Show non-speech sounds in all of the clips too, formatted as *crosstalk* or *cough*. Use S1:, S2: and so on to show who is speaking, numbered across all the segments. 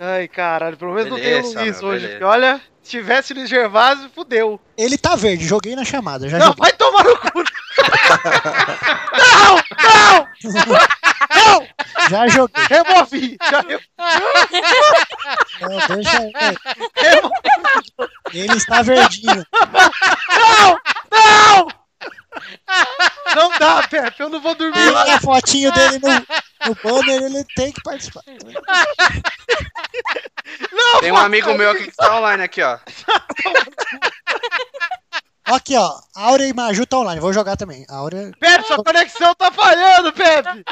S1: Ai, caralho, pelo menos não
S2: Beleza,
S1: tem o Luiz
S2: meu,
S1: hoje.
S2: beleza.
S1: porque olha, se tivesse o Luiz Gervásio, fudeu.
S3: Ele tá verde, joguei na chamada. Já
S1: Não,
S3: joguei.
S1: vai tomar no
S3: *laughs*
S1: cu. não, não,
S3: Já joguei.
S1: não. Removi. Já removi.
S3: Não, deixa ele.
S1: Remo-
S3: Ele está verdinho.
S1: Não, não. Não dá, Pepe. Eu não vou dormir.
S3: E a fotinho dele no, no banner, ele tem que participar.
S1: Não,
S2: Tem um amigo meu aqui que tá online aqui, ó.
S3: Aqui, ó. Áurea e Maju tá online. Vou jogar também. Áurea.
S1: Pepe, sua conexão tá falhando, Pepe.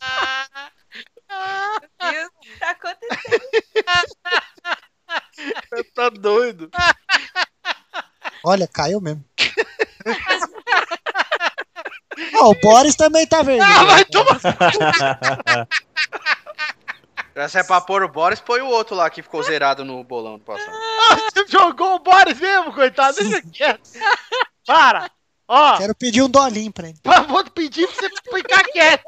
S4: Ah, Meu Deus, o que tá acontecendo?
S2: Tá doido.
S3: Olha,
S1: *laughs*
S3: caiu mesmo. Ó, o Boris também tá verde.
S1: Ah, vai tomar.
S2: Se é pra pôr o Boris, põe o outro lá que ficou zerado no bolão do passado.
S1: Você *laughs* jogou o Boris mesmo, coitado. Deixa quieto. Para. Ó.
S3: Quero pedir um
S1: *laughs*
S3: dolinho pra ele.
S1: Mas Vou pedir pra você ficar quieto.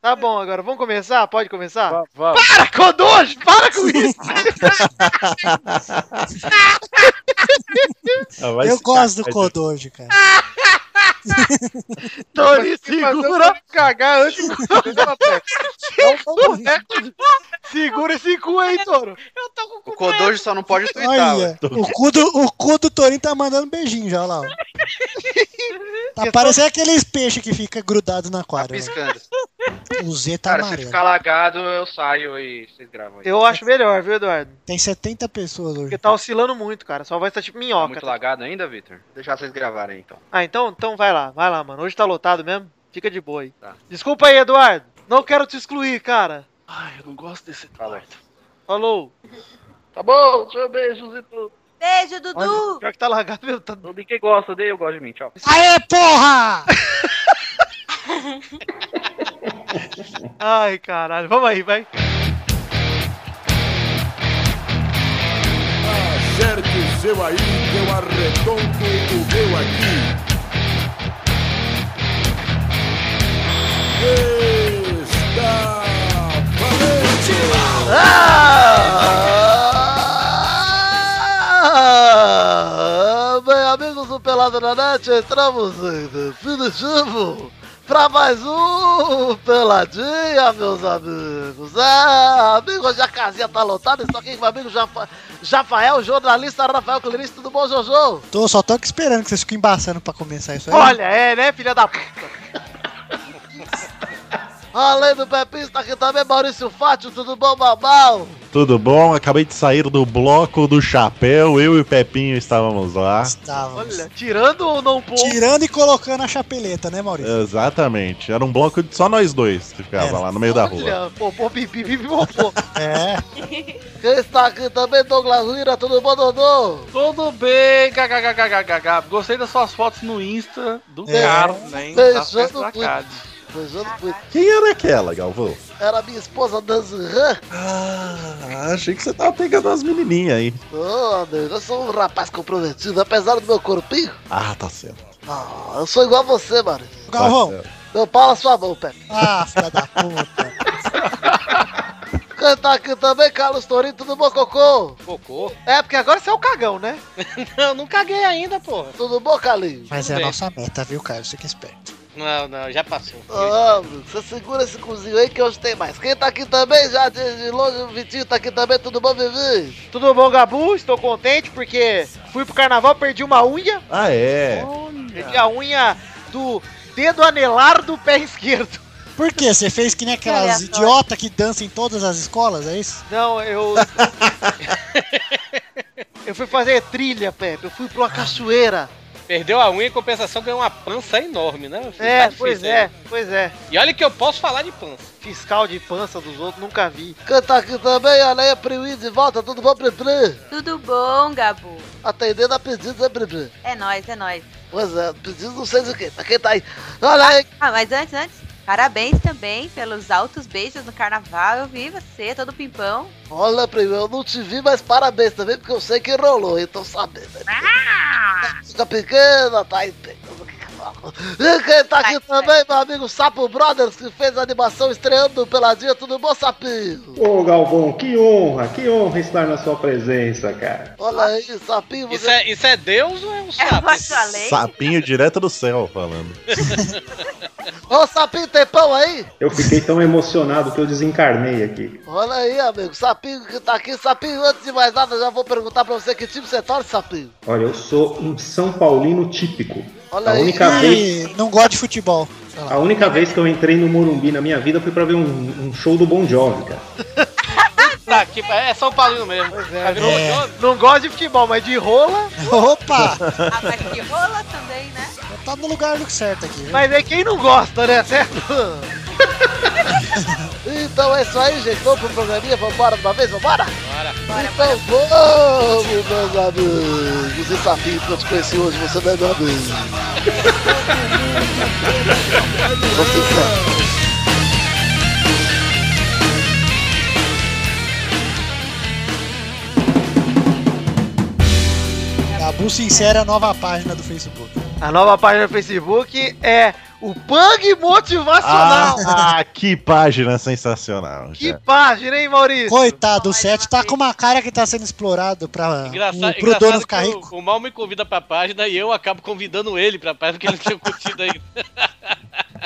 S1: Tá bom, agora vamos começar? Pode começar? Para, Codojo! Para com isso!
S3: Eu gosto do Kodoji, cara.
S1: Tori, segura,
S5: cagar antes do
S1: segura esse cu aí, Toro.
S4: Eu tô com o
S2: O
S4: cu preto.
S2: Kodojo só não pode
S1: Então,
S2: twittar. ué.
S3: Olha, o cu, do, o cu do Torinho tá mandando beijinho já, olha lá. Ó. Tá parecendo aqueles peixes que fica grudado no
S2: Tá
S3: aquário. né?
S2: piscando.
S3: O Z tá
S5: Cara, se
S3: amarelo.
S5: ficar lagado, eu saio e vocês gravam aí.
S1: Eu acho melhor, viu, Eduardo?
S3: Tem 70 pessoas hoje.
S1: Porque tá oscilando muito, cara. Sua voz tá tipo
S2: Tá
S1: minhoca.
S2: muito lagado ainda, Victor? Vou deixar vocês gravarem então.
S1: Ah, então, então vai lá, vai lá, mano. Hoje tá lotado mesmo. Fica de boa aí.
S2: Tá.
S1: Desculpa aí, Eduardo. Não quero te excluir, cara.
S5: Ai, eu não gosto desse
S2: Falou.
S1: Falou.
S5: Tá bom, seu beijos e tudo.
S4: Beijo, Dudu.
S1: Pior que tá lagado mesmo. Tá...
S5: Ninguém gosta dele, eu gosto de mim, tchau.
S3: Aê, porra!
S1: Ai, caralho. Vamos aí, vai.
S6: Acerte o seu aí, eu arredondo o meu aqui. Está valente!
S1: Ah! Bem, amigos do Pelada na Net, entramos em definitivo para mais um Peladinha, meus amigos. É, amigo, hoje a casinha tá lotada, estou aqui com o amigo Jafa- Jafael, jornalista Rafael Clinis, tudo bom, Jojo?
S3: Tô, só tô aqui esperando que vocês fiquem embaçando pra começar isso aí.
S1: Olha, é, né, filha da puta? Além do Pepinho, está aqui também Maurício Fátio, tudo bom, Babau?
S7: Tudo bom? Acabei de sair do bloco do chapéu. Eu e o Pepinho estávamos lá.
S3: Estávamos.
S1: Olha, tirando ou não pouco?
S3: Tirando e colocando a chapeleta, né, Maurício?
S7: Exatamente. Era um bloco de só nós dois que ficava
S3: Era.
S7: lá no meio da rua.
S1: Olha, pô, pô, pipi, pipi, pô, pô.
S3: É.
S1: Quem está aqui também, Douglas Lira, tudo bom, Dodô?
S5: Tudo bem, kkkkkkk. Gostei das suas fotos no Insta do
S3: É.
S5: Carlos, hein?
S1: Beijando
S5: Tá certo
S1: tudo.
S5: sacado.
S1: Beijando muito.
S7: Quem era aquela, Galvão?
S1: Era minha esposa, Nancy Ram.
S7: Ah, achei que você tava pegando as menininhas aí.
S1: Oh, Deus, eu sou um rapaz comprometido, apesar do meu corpinho.
S7: Ah, tá certo.
S1: Ah, eu sou igual a você, mano.
S3: Galvão.
S7: Tá certo.
S1: Meu pau na sua mão, Pepe.
S3: Ah, filha da puta.
S1: Quem tá aqui também, Carlos Torinho, tudo bom, Cocô?
S5: Cocô.
S1: É, porque agora você é o cagão, né?
S8: *laughs* Não, não caguei ainda, porra.
S1: Tudo bom, Calinho?
S3: Mas é a
S8: Tudo bem.
S3: nossa meta, viu, cara? Você que é esperto.
S8: Não, não, já passou.
S1: Ah, você segura esse cozinho aí que hoje tem mais. Quem tá aqui também, já de, de longe, o Vitinho tá aqui também, tudo bom, Vivi? Tudo bom, Gabu, estou contente porque fui pro carnaval, perdi uma unha,
S7: Ah, é.
S1: perdi a unha do dedo anelar do pé esquerdo.
S3: Por quê? Você fez que nem
S4: Olha
S3: aquelas
S4: só.
S3: idiotas que dançam em todas as escolas, é isso?
S7: *laughs*
S1: Não, eu... *laughs* eu fui fazer trilha, Pepe, eu fui pra uma cachoeira.
S8: Perdeu a unha em compensação ganhou uma pança enorme, né? meu filho? Tá
S1: É,
S8: difícil
S1: pois
S8: aí.
S1: é, pois é.
S8: E olha que eu posso falar de pança.
S1: Fiscal de pança dos outros, nunca vi. Canta tá aqui também, olha aí, a Priwi de volta, tudo bom, Pri?
S4: Tudo bom, Gabu?
S1: Atendendo a pedidos, né, Pri?
S4: É nóis, é nóis.
S1: Pois é, preciso não sei do que, pra quem tá aí. Olha aí,
S4: Ah, mas antes, antes, parabéns também pelos altos beijos no carnaval. Eu vi você, todo pimpão.
S1: olha primo, eu não te vi, mas parabéns também, porque eu
S4: Ah!
S1: sei que rolou, então sabendo. né? Fica pequena, tá aí, tem coisa que fala. E quem tá aqui
S4: Vai, vai.
S1: também, meu amigo Sapo Brothers, que fez a animação estreando o Peladinha. Tudo bom, Sapinho?
S9: Ô Galvão, que honra, que honra estar na sua presença, cara.
S1: Olha aí, Sapinho.
S8: Tá. Isso é, isso é Deus ou é um
S4: É
S8: sapo?
S4: uma sua lei.
S7: Sapinho direto do céu falando.
S1: Ô, Sapinho, tem pão aí?
S9: Eu fiquei tão emocionado que eu desencarnei aqui.
S1: Olha aí, amigo. Sapinho que tá aqui. Sapinho, antes de mais nada, já vou perguntar pra você que time você torce, Sapinho.
S9: Olha, eu sou um São Paulino típico.
S1: Olha
S9: A
S1: aí.
S9: única vez,
S3: E não gosta de futebol. Sei lá.
S9: a única vez que eu entrei no Morumbi na minha vida foi pra ver um, um show do Bon Jovi, cara.
S8: Tá, que- é São Paulino mesmo. Tá virou
S3: É.
S8: jovem.
S10: Não gosto de futebol, mas de rola.
S3: Opa!
S4: Ah, mas que rola também, né?
S3: Tá no lugar certo aqui. viu?
S10: Mas é quem não gosta, né? Certo?
S1: Então é isso aí, gente. Vamos pro programinha, vambora de uma vez, vambora?
S8: Bora.
S1: Então vamos, meus amigos. E sapinho que eu te conheci hoje, você não é meu amigo. Você sabe.
S3: Gabu Sincera, nova página do Facebook.
S10: A nova página do Facebook é o Pug Motivacional.
S7: Ah, que página sensacional.
S10: que
S7: cara.
S10: página, hein, Maurício?
S3: Coitado, o set tá com uma cara que tá sendo explorado pra,
S8: Engraçado,
S3: o- pro dono
S8: engraçado que
S3: ficar rico.
S8: o, o Mal me convida pra página e eu acabo convidando ele pra página porque ele não tinha
S1: *laughs*
S8: curtido ainda.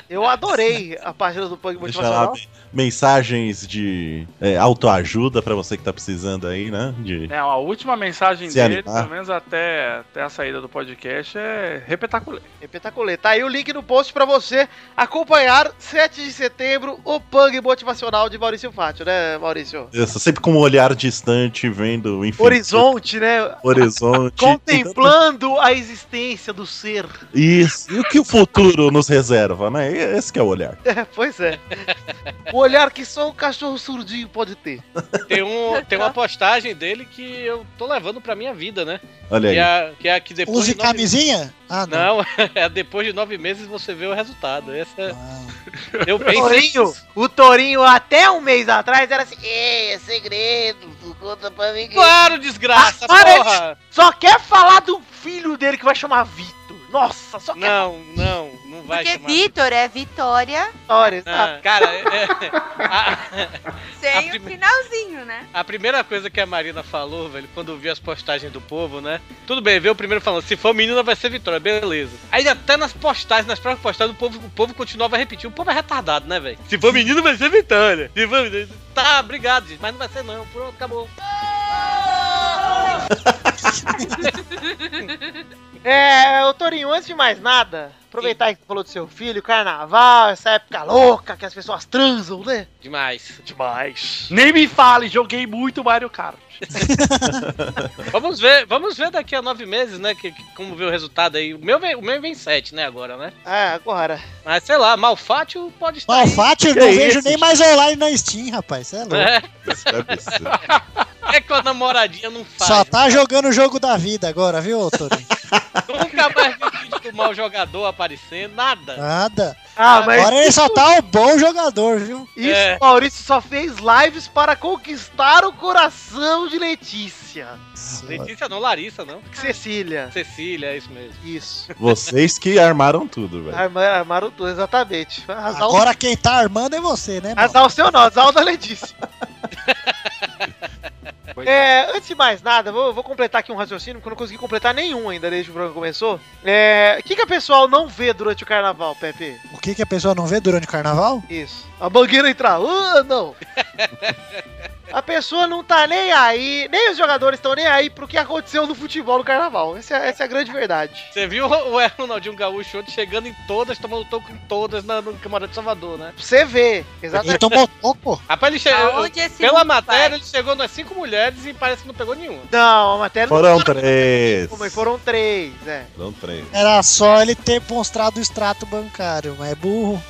S10: Eu adorei a página do Pug
S7: Deixa lá
S10: Motivacional.
S7: men- mensagens de é, autoajuda pra você que tá precisando aí, né? De...
S5: Não, a última mensagem
S7: Se
S5: dele,
S7: animar.
S5: pelo menos até, até a saída do podcast, é repetaculê.
S10: Espetacular. Tá aí o link no post pra você acompanhar 7 de setembro o Pug Motivacional de Maurício Fátio, né, Maurício?
S7: Eu sou sempre com um olhar distante, vendo, enfim.
S10: Horizonte, né?
S7: Horizonte.
S10: Contemplando a existência do ser.
S7: Isso. E o que o futuro nos reserva, né? Esse que é o olhar.
S10: É, pois
S3: *laughs*
S10: é. O olhar que só um cachorro surdinho pode ter.
S8: Tem, um,
S1: *laughs*
S8: tem uma postagem dele que eu tô levando pra minha vida, né?
S7: Olha aí.
S8: Que é, a- que é a que depois
S3: Use
S8: de nove...
S3: camisinha? Ah, não.
S8: Não, *laughs* é depois de nove meses você vê o resultado. Essa, é-
S3: Ah.
S8: eu
S10: O
S8: pensei
S10: Torinho,
S8: nisso.
S10: o Torinho até um mês atrás era assim,
S1: Ei, é segredo, não conta pra ninguém.
S8: Claro, desgraça,
S10: Ah, para
S8: porra!
S10: só quer falar do filho dele que vai chamar Vitor. Nossa, só quer
S8: Não, não, não vai
S4: Porque
S8: chamar.
S4: Vitor é Vitória
S10: história, sabe?
S8: Ah, cara, é- é- A
S4: sem o
S8: prime-
S4: finalzinho, né?
S8: a, a primeira coisa que a Marina falou, velho, quando viu as postagens do povo, né? Tudo bem, veio o primeiro falando, se for menina vai ser Vitória, beleza. Aí até nas postagens, nas próprias postagens, o povo, o povo continuava a repetir. O povo é retardado, né, velho? Se for menino vai ser Vitória. Se for menino... Tá, obrigado, gente, mas não vai ser não. Pronto, acabou.
S10: É, ô Torinho, antes de mais nada, aproveitar que você falou do seu filho, carnaval, essa época louca que as pessoas transam, né?
S8: *laughs* Demais.
S10: Demais. Nem me fale, joguei muito Mario Kart.
S8: Vamos ver, vamos ver daqui a nove meses, né? Que, que- como vê o resultado aí. O meu vem, o meu vem sete, né? Agora, né?
S10: É, agora.
S8: Mas sei lá, Malfátio pode estar. aí.
S3: Malfátio,
S7: Que
S3: não
S7: isso,
S3: vejo nem
S7: gente?
S3: mais online na Steam, rapaz. Cê é louco.
S8: *laughs* É,
S7: Isso é absurdo.
S8: é que a namoradinha não faz.
S3: Só tá jogando o jogo da vida agora, viu,
S7: *laughs*
S3: Torinho?
S8: Nunca mais vi um vídeo do mau jogador aparecer, nada.
S3: Nada.
S10: Ah, mas
S3: Agora ele só tá o bom jogador, viu?
S10: isso,
S8: É.
S10: Maurício só fez lives para conquistar o coração de Letícia.
S8: Letícia não, Larissa não.
S10: Cecília.
S8: Cecília, é isso mesmo.
S10: Isso.
S7: Vocês que armaram tudo, velho.
S10: Armaram, armaram tudo, exatamente. Azar o,
S3: Agora quem tá armando é você, né, mano?
S10: azar o seu não, azar o da Letícia. É, antes de mais nada, vou, vou completar aqui um raciocínio, porque eu não consegui completar nenhum ainda desde que o programa começou. É, o que, que a pessoal não vê durante o carnaval, Pepe?
S3: O que, que a pessoa não vê durante o carnaval?
S10: Isso. A mangueira entrar. Ah, não! A pessoa não tá nem aí, nem os jogadores estão nem aí pro que aconteceu no futebol no carnaval. Essa é, essa é a grande verdade.
S8: Você viu o o Ronaldinho Gaúcho ontem chegando em todas, tomando toco em todas na, no Camarote Salvador, né?
S10: Você vê, exatamente.
S3: Ele tomou pouco.
S8: Rapaz, ele chegou.
S4: Aonde esse
S8: Pela
S4: mundo
S8: matéria,
S4: vai?
S8: ele chegou nas cinco mulheres e parece que não pegou nenhuma.
S10: Não, a matéria não
S7: Foram três.
S10: foi, mas foram três,
S8: *laughs*
S10: é.
S7: Foram três.
S3: Era só ele ter mostrado o extrato bancário, mas é burro.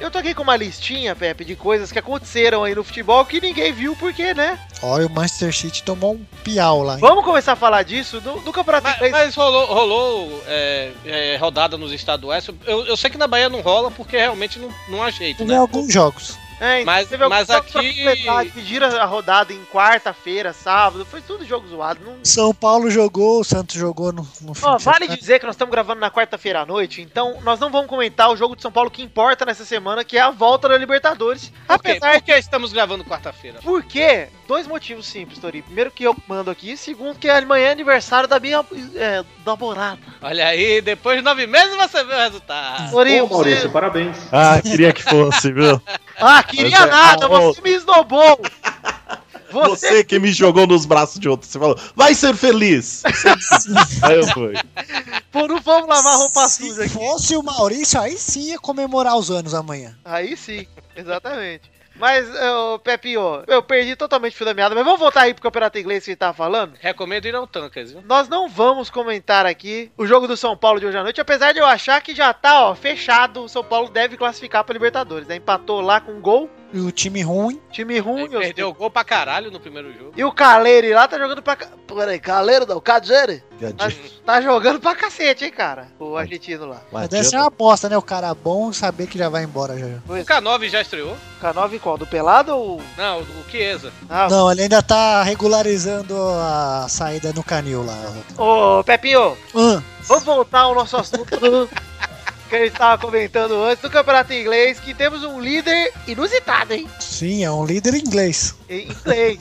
S10: Eu tô aqui com uma listinha, Pepe, de coisas que aconteceram aí no futebol que ninguém viu, porque, né?
S3: Olha, o Manchester City tomou um piau lá. hein?
S10: Vamos começar a falar disso do, do campeonato
S8: Mas,
S10: inglês.
S8: mas rolou, rolou é, é, rodada nos estaduais. Eu, eu sei que na Bahia não rola porque realmente não, não há jeito,
S3: Em
S8: né?
S3: alguns jogos.
S10: É, então
S8: Mas-
S10: teve alguns
S8: mas
S10: jogos pra
S8: aqui-
S10: completar, dividiram a rodada em quarta-feira, sábado, foi tudo jogo zoado. Não...
S3: São Paulo jogou, o Santos jogou no, no fim
S10: Ó,
S3: de
S10: vale
S3: semana.
S10: dizer que nós estamos gravando na quarta-feira à noite, então nós não vamos comentar o jogo de São Paulo que importa nessa semana, que é a volta da Libertadores.
S8: Por quê?
S10: Apesar
S8: Por que estamos gravando quarta-feira?
S10: Por quê? Dois motivos simples, Tori. Primeiro que eu mando aqui, segundo que amanhã é aniversário da minha é, namorada.
S8: Olha aí, depois de nove meses você vê o resultado.
S10: Tori,
S9: Pô, Maurício,
S10: você...
S9: parabéns.
S7: Ah, queria que fosse, viu?
S10: Ah, queria
S7: Mas é-
S10: nada,
S7: Ah,
S10: você me esnobou. Você,
S7: Você que me jogou nos braços de outro. Você falou, vai ser
S10: *laughs*
S7: feliz. Aí eu fui.
S10: pô, não vamos lavar roupa suja
S3: Se
S10: aqui.
S3: fosse o Maurício, aí sim ia comemorar os anos amanhã.
S10: Aí sim, exatamente. Mas, ô, Pepinho, eu perdi totalmente o fio da meada, mas vamos voltar aí pro campeonato inglês que a gente tava falando?
S8: Recomendo ir ao Tancas, viu?
S10: Nós não vamos comentar aqui o jogo do São Paulo de hoje à noite, apesar de eu achar que já tá, ó, fechado. O São Paulo deve classificar pra Libertadores, né? Empatou lá com um gol,
S3: E o time ruim.
S10: time
S8: Aí
S10: ruim, eu
S8: perdeu o gol pra caralho no primeiro jogo.
S10: E o Caleiro lá tá jogando pra. ca-
S1: Peraí, caleiro não, Cadieri?
S10: Tá, tá jogando pra cacete, hein, cara? O argentino lá.
S7: Não
S3: Mas deve ser
S7: adianta.
S3: uma bosta, né? O cara bom saber que já vai embora já. já.
S10: é
S8: O K9 já estreou?
S10: K9 qual? Do pelado ou.
S8: Não, o Chiesa.
S10: Ah,
S3: Não, ele ainda tá regularizando a saída no canil lá.
S10: Ô, Pepinho,
S3: Ah,
S10: vamos voltar ao nosso assunto *laughs* do- que a gente tava comentando antes do campeonato inglês, que temos um líder inusitado, hein?
S3: sim, é um líder inglês.
S10: Em inglês.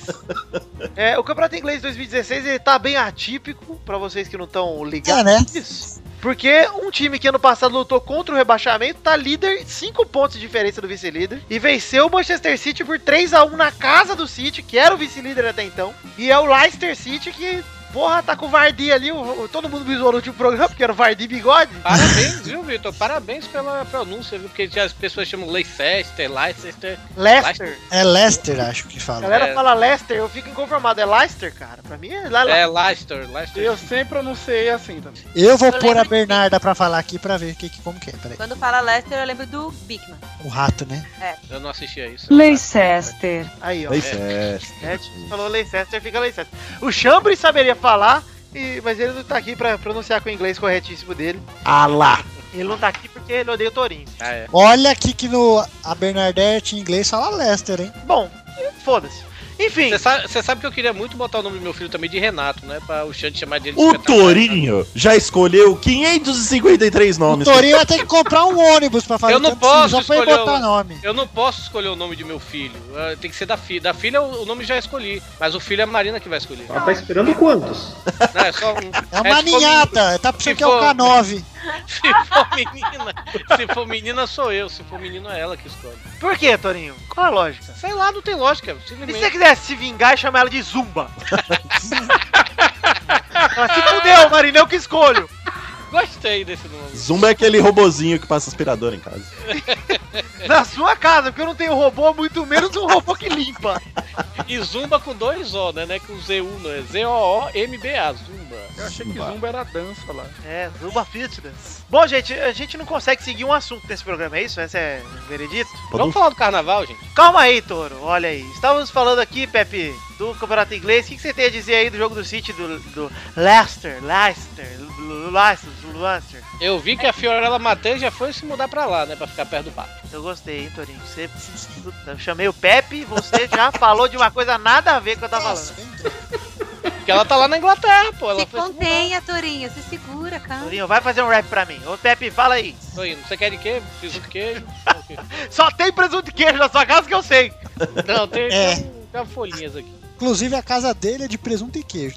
S10: É, o campeonato inglês 2016 ele tá bem atípico, pra vocês que não estão ligados.
S3: É, né?
S10: Isso. Porque um time que ano passado lutou contra o rebaixamento tá líder, 5 pontos de diferença do vice-líder, e venceu o Manchester City por 3 a 1 na casa do City, que era o vice-líder até então, e é o Leicester City que, porra, tá com o Vardy ali, o- o- todo mundo me zoou no último programa, porque era o Vardy bigode.
S8: Parabéns, viu, Vitor? Parabéns pela pronúncia, viu? Porque já as pessoas chamam Leicester, Leicester.
S10: Leicester.
S3: É Leicester, acho que
S10: A
S3: fala.
S10: galera
S8: É.
S10: fala Leicester, eu fico inconformado, *laughs* é Leicester, cara, pra mim é lá, lá.
S8: É, Leicester, Leicester.
S5: Eu sempre pronunciei assim também.
S3: Eu vou
S4: Eu
S3: pôr a
S4: lembro que-
S3: Bernarda pra falar aqui pra ver que, que- como que é. Peraí.
S4: Quando fala Lester, eu lembro do Bigman.
S3: O rato, né?
S8: Eu não assistia isso.
S4: Leicester.
S10: Aí, ó.
S7: Vai ser.
S10: É, tipo, falou Leicester, fica Leicester. O Chambres saberia falar, e- mas ele não tá aqui pra pronunciar com o inglês corretíssimo dele.
S7: Ah lá.
S10: Ele não tá aqui porque ele odeia o Torinho.
S8: Ah, é.
S3: Olha aqui que no a Bernadette em inglês fala Leicester, hein?
S10: Bom, foda-se. Enfim,
S8: Você sabe, você sabe que eu queria muito botar o nome do meu filho também de Renato, né? Pra o Xande chamar dele de
S7: O
S8: espetacular.
S7: Torinho já escolheu 553
S3: O
S7: nomes.
S3: Torinho vai ter que comprar um ônibus pra fazer
S8: Eu não
S3: tanto filme,
S8: posso
S3: só pra ele
S8: escolher
S3: botar
S8: o-
S3: nome.
S8: Eu não posso escolher o nome de meu filho. eh, Tem que ser da filha. Da filha o o nome já escolhi. Mas o filho é a Marina que vai escolher.
S9: Ela tá esperando quantos?
S8: Não, é só um.
S3: É uma
S8: é, se for
S3: ninhada, tá pensando
S8: se
S3: que é o
S8: for-
S3: K9.
S8: *laughs* Se for menina, se for menina sou eu, se for menino é ela que escolhe.
S10: por que, Torinho? Qual a lógica?
S8: Sei lá, não tem é lógica,
S10: E se
S8: simplesmente.
S10: você quiser se vingar e chamar ela de Zumba? *laughs* Ela se fudeu, Marina, eu que escolho.
S8: Gostei desse nome.
S7: Zumba é aquele robozinho que passa aspirador em casa.
S10: *laughs* Na sua casa, porque eu não tenho robô, muito menos um robô que limpa.
S8: E Zumba com dois O, né? né com Z1, não é? Z-O-O-M-B-A, Zumba.
S5: Eu achei que Zumba era dança lá.
S10: É, Zumba Fitness. Bom, gente, a gente não consegue seguir um assunto nesse programa, é isso? Esse é o veredito?
S8: Vamos falar do carnaval, gente?
S10: Calma aí, Toro. Olha aí. Estávamos falando aqui, Pepe, do Campeonato Inglês. O que que você tem a dizer aí do jogo do City, do, do Leicester, Leicester, L- L- Leicester, Leicester?
S8: Eu vi que a Fiorella Matheus já foi se mudar pra lá, né? Pra ficar perto do papo.
S10: Eu gostei, hein, Torinho. Você... Puta, Eu chamei o Pepe, você já *laughs* falou de uma coisa nada a ver com o que eu tava falando.
S8: Porque ela tá lá na Inglaterra, pô. Ela
S4: Se
S8: foi se mudar.
S4: contenha, Torinho. Se segura, cara.
S10: Torinho, vai fazer um rap pra mim. Ô, Pepe, fala aí.
S8: Tô indo. Você quer de quê? Fiz o queijo?
S10: *laughs* Só tem presunto de queijo na sua casa que eu sei.
S8: Não, tem,
S3: É.
S8: tem, um- tem umas folhinhas aqui.
S3: Inclusive a casa dele é de presunto e queijo.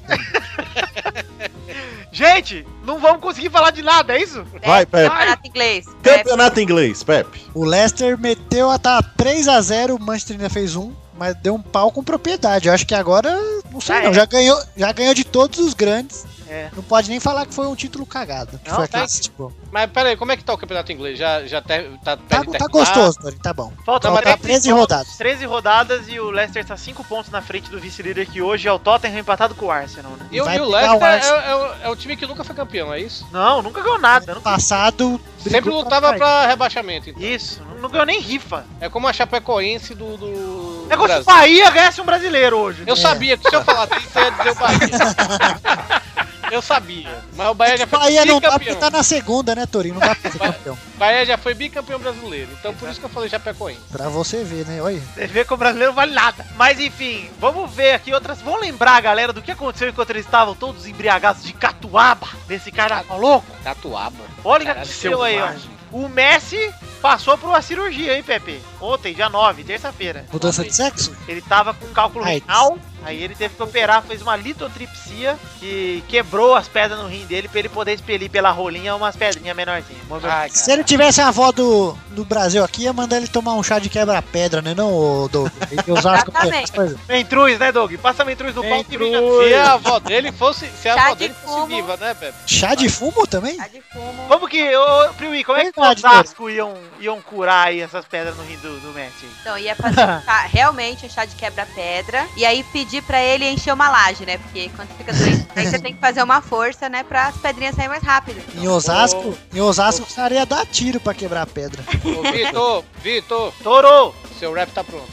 S10: Gente, não vamos conseguir falar de nada, é isso?
S7: Vai, Pepe.
S4: Campeonato inglês.
S7: *laughs* Campeonato inglês, Pepe.
S3: O Leicester meteu a tá 3 a 0 o Manchester ainda fez um, mas deu um pau com propriedade. Eu acho que agora, não sei
S10: Ah,
S3: não,
S10: é.
S3: já ganhou, já ganhou de todos os grandes.
S10: É.
S3: Não pode nem falar que foi um título cagado. Que
S10: Não,
S3: foi
S8: tá-
S3: aquele, tipo,
S8: Mas peraí, como é que tá o campeonato inglês? Já, já ter,
S3: tá,
S8: tá perto de
S3: tá
S8: terminar?
S10: Ah.
S3: gostoso, Torinho, tá bom.
S10: Falta
S3: Não,
S10: uma
S3: mas tá 13 rodadas.
S10: 13 rodadas e o Leicester tá 5 pontos na frente do vice-líder, que hoje é o Tottenham empatado com o Arsenal, né?
S8: E, o-
S3: Vai
S8: e o
S3: pegar o
S8: Leicester é,
S3: Arsenal.
S8: é o- é o time que nunca foi campeão, é isso?
S10: Não, nunca ganhou nada.
S3: Tá
S10: Não...
S3: Passado
S8: Sempre
S3: brigou
S8: lutava
S3: pra
S8: pra rebaixamento. Então.
S10: Isso, não não ganhou nem rifa.
S8: É como a Chapecoense do. do
S10: É como se o
S8: Brasil. é.
S10: Bahia ganhasse um brasileiro hoje.
S8: assim, Eu sabia que se eu falasse isso, eu ia dizer o Bahia. Eu sabia. Mas o Bahia
S10: é
S8: já foi
S3: É Bahia não dá porque
S8: bicampeão.
S3: tá na segunda, né, Torinho? Não dá pra
S10: *laughs*
S3: ser campeão.
S8: Bahia já foi bicampeão brasileiro. Então por isso que eu falei Chapecoense.
S3: Pra você ver, né? Olha. aí.
S10: Você vê que o brasileiro vale nada. Mas enfim, vamos ver aqui outras. Vamos lembrar, galera, do que aconteceu enquanto eles estavam todos embriagados de catuaba nesse carnaval louco.
S8: Tatuaba.
S10: Olha o que
S8: Caralho,
S10: aconteceu aí, ó.
S8: selvagem.
S10: O Messi passou por uma cirurgia, hein, Pepe? Ontem, dia 9, terça-feira.
S3: Mudança de sexo?
S10: Ele tava com cálculo
S3: Ai,
S10: renal, aí ele teve que operar, fez uma litotripsia que quebrou as pedras no rim dele pra ele poder expelir pela rolinha umas pedrinhas menorzinhas.
S8: Ai,
S3: Se ele tivesse a avó do, do Brasil aqui, ia mandar ele tomar um chá de quebra-pedra, né? Não, ô, Doug. Ele ia usar as
S4: Exatamente.
S3: coisas.
S10: Mentruz, né, Doug? Passa mentruz no pau que vinga.
S8: Se a avó dele fosse. Se a
S4: Chá
S8: avó
S4: de
S8: dele fosse
S4: fumo.
S8: viva, né, Pepe?
S3: Chá de fumo também?
S4: Tá de fumo.
S10: Como que, ô, Priui, como é que os
S3: Verdade,
S10: Osasco iam, iam curar aí essas pedras no rim do, do Messi?
S4: Então, ia
S10: *laughs*
S4: fazer um chá- realmente um chá de quebra-pedra. E aí pedir pra ele encher uma laje, né? Porque quando você fica doente, aí você tem que fazer uma força, né? Pra as pedrinhas saírem mais rápido.
S3: Em Osasco, em Osasco, o cara ia dar tiro pra quebrar pedra.
S8: Ô, Vitor, Vitor,
S10: Torou!
S8: seu rap tá pronto.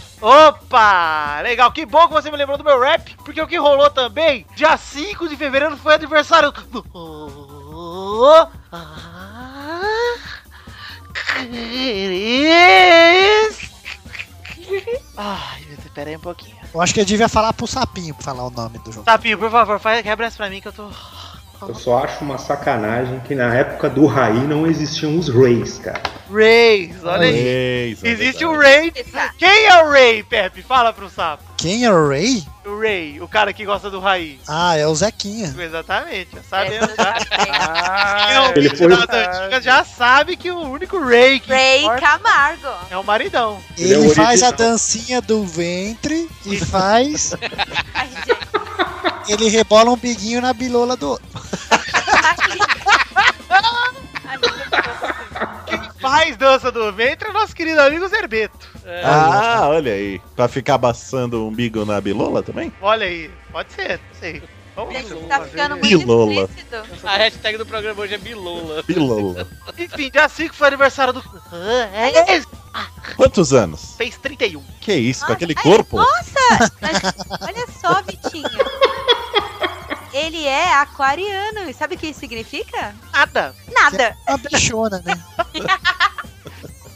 S10: Opa! Legal, que bom que você me lembrou do meu rap, porque o que rolou também, dia 5 de fevereiro foi aniversário do.
S3: *laughs*
S10: Ah, Cris. Ai, meu Deus, pera aí um pouquinho.
S3: Eu acho que ele devia falar pro sapinho pra falar o nome do jogo.
S10: Tapinho, por favor, faz, quebra essa pra mim que eu tô.
S9: Eu só acho uma sacanagem que na época do Raí não existiam os Rays, cara.
S10: Reis, olha aí.
S7: Isso, é verdade.
S10: Existe o Ray. Quem é o Ray, Pepe? Fala pro sapo.
S3: Quem é o Ray?
S10: O Ray, o cara que gosta do Raí.
S3: Ah, é o Zequinha.
S10: Exatamente, já
S4: É,
S10: sabemos.
S4: tudo
S10: já.
S4: bem.
S10: Quem é o
S9: Ele
S10: bicho
S9: foi-
S10: das antigas já sabe que o único Ray que
S4: Ray
S10: importa
S4: Camargo.
S10: é o maridão.
S9: Ele é
S3: Ele
S9: o
S3: faz a
S10: *laughs*
S9: original.
S3: dancinha do ventre e faz.
S4: Ai, gente.
S3: Ele rebola um biguinho na bilola do outro.
S4: Ai, gente.
S10: Faz dança do ventre é o nosso querido amigo Zerbeto.
S8: É.
S7: Ah, olha aí. Pra ficar baçando o umbigo na bilola também?
S10: Olha aí, pode ser, não sei. Vamos
S4: Gente,
S10: ver.
S4: tá ficando muito
S7: Bilola.
S4: explícito.
S8: A hashtag do programa
S3: *laughs*
S8: hoje é Bilola.
S7: Bilola.
S10: Enfim, dia 5 foi aniversário do. Ah, é esse?
S7: Quantos anos?
S10: Fez 31.
S7: Que isso, com
S3: Ah,
S4: Nossa,
S7: aquele
S3: é
S4: ai,
S7: corpo?
S4: Nossa! Mas olha só, Vitinho. Ele é aquariano. E sabe o que isso significa?
S10: Nada.
S4: Nada.
S3: Uma bichona, né?
S10: *laughs*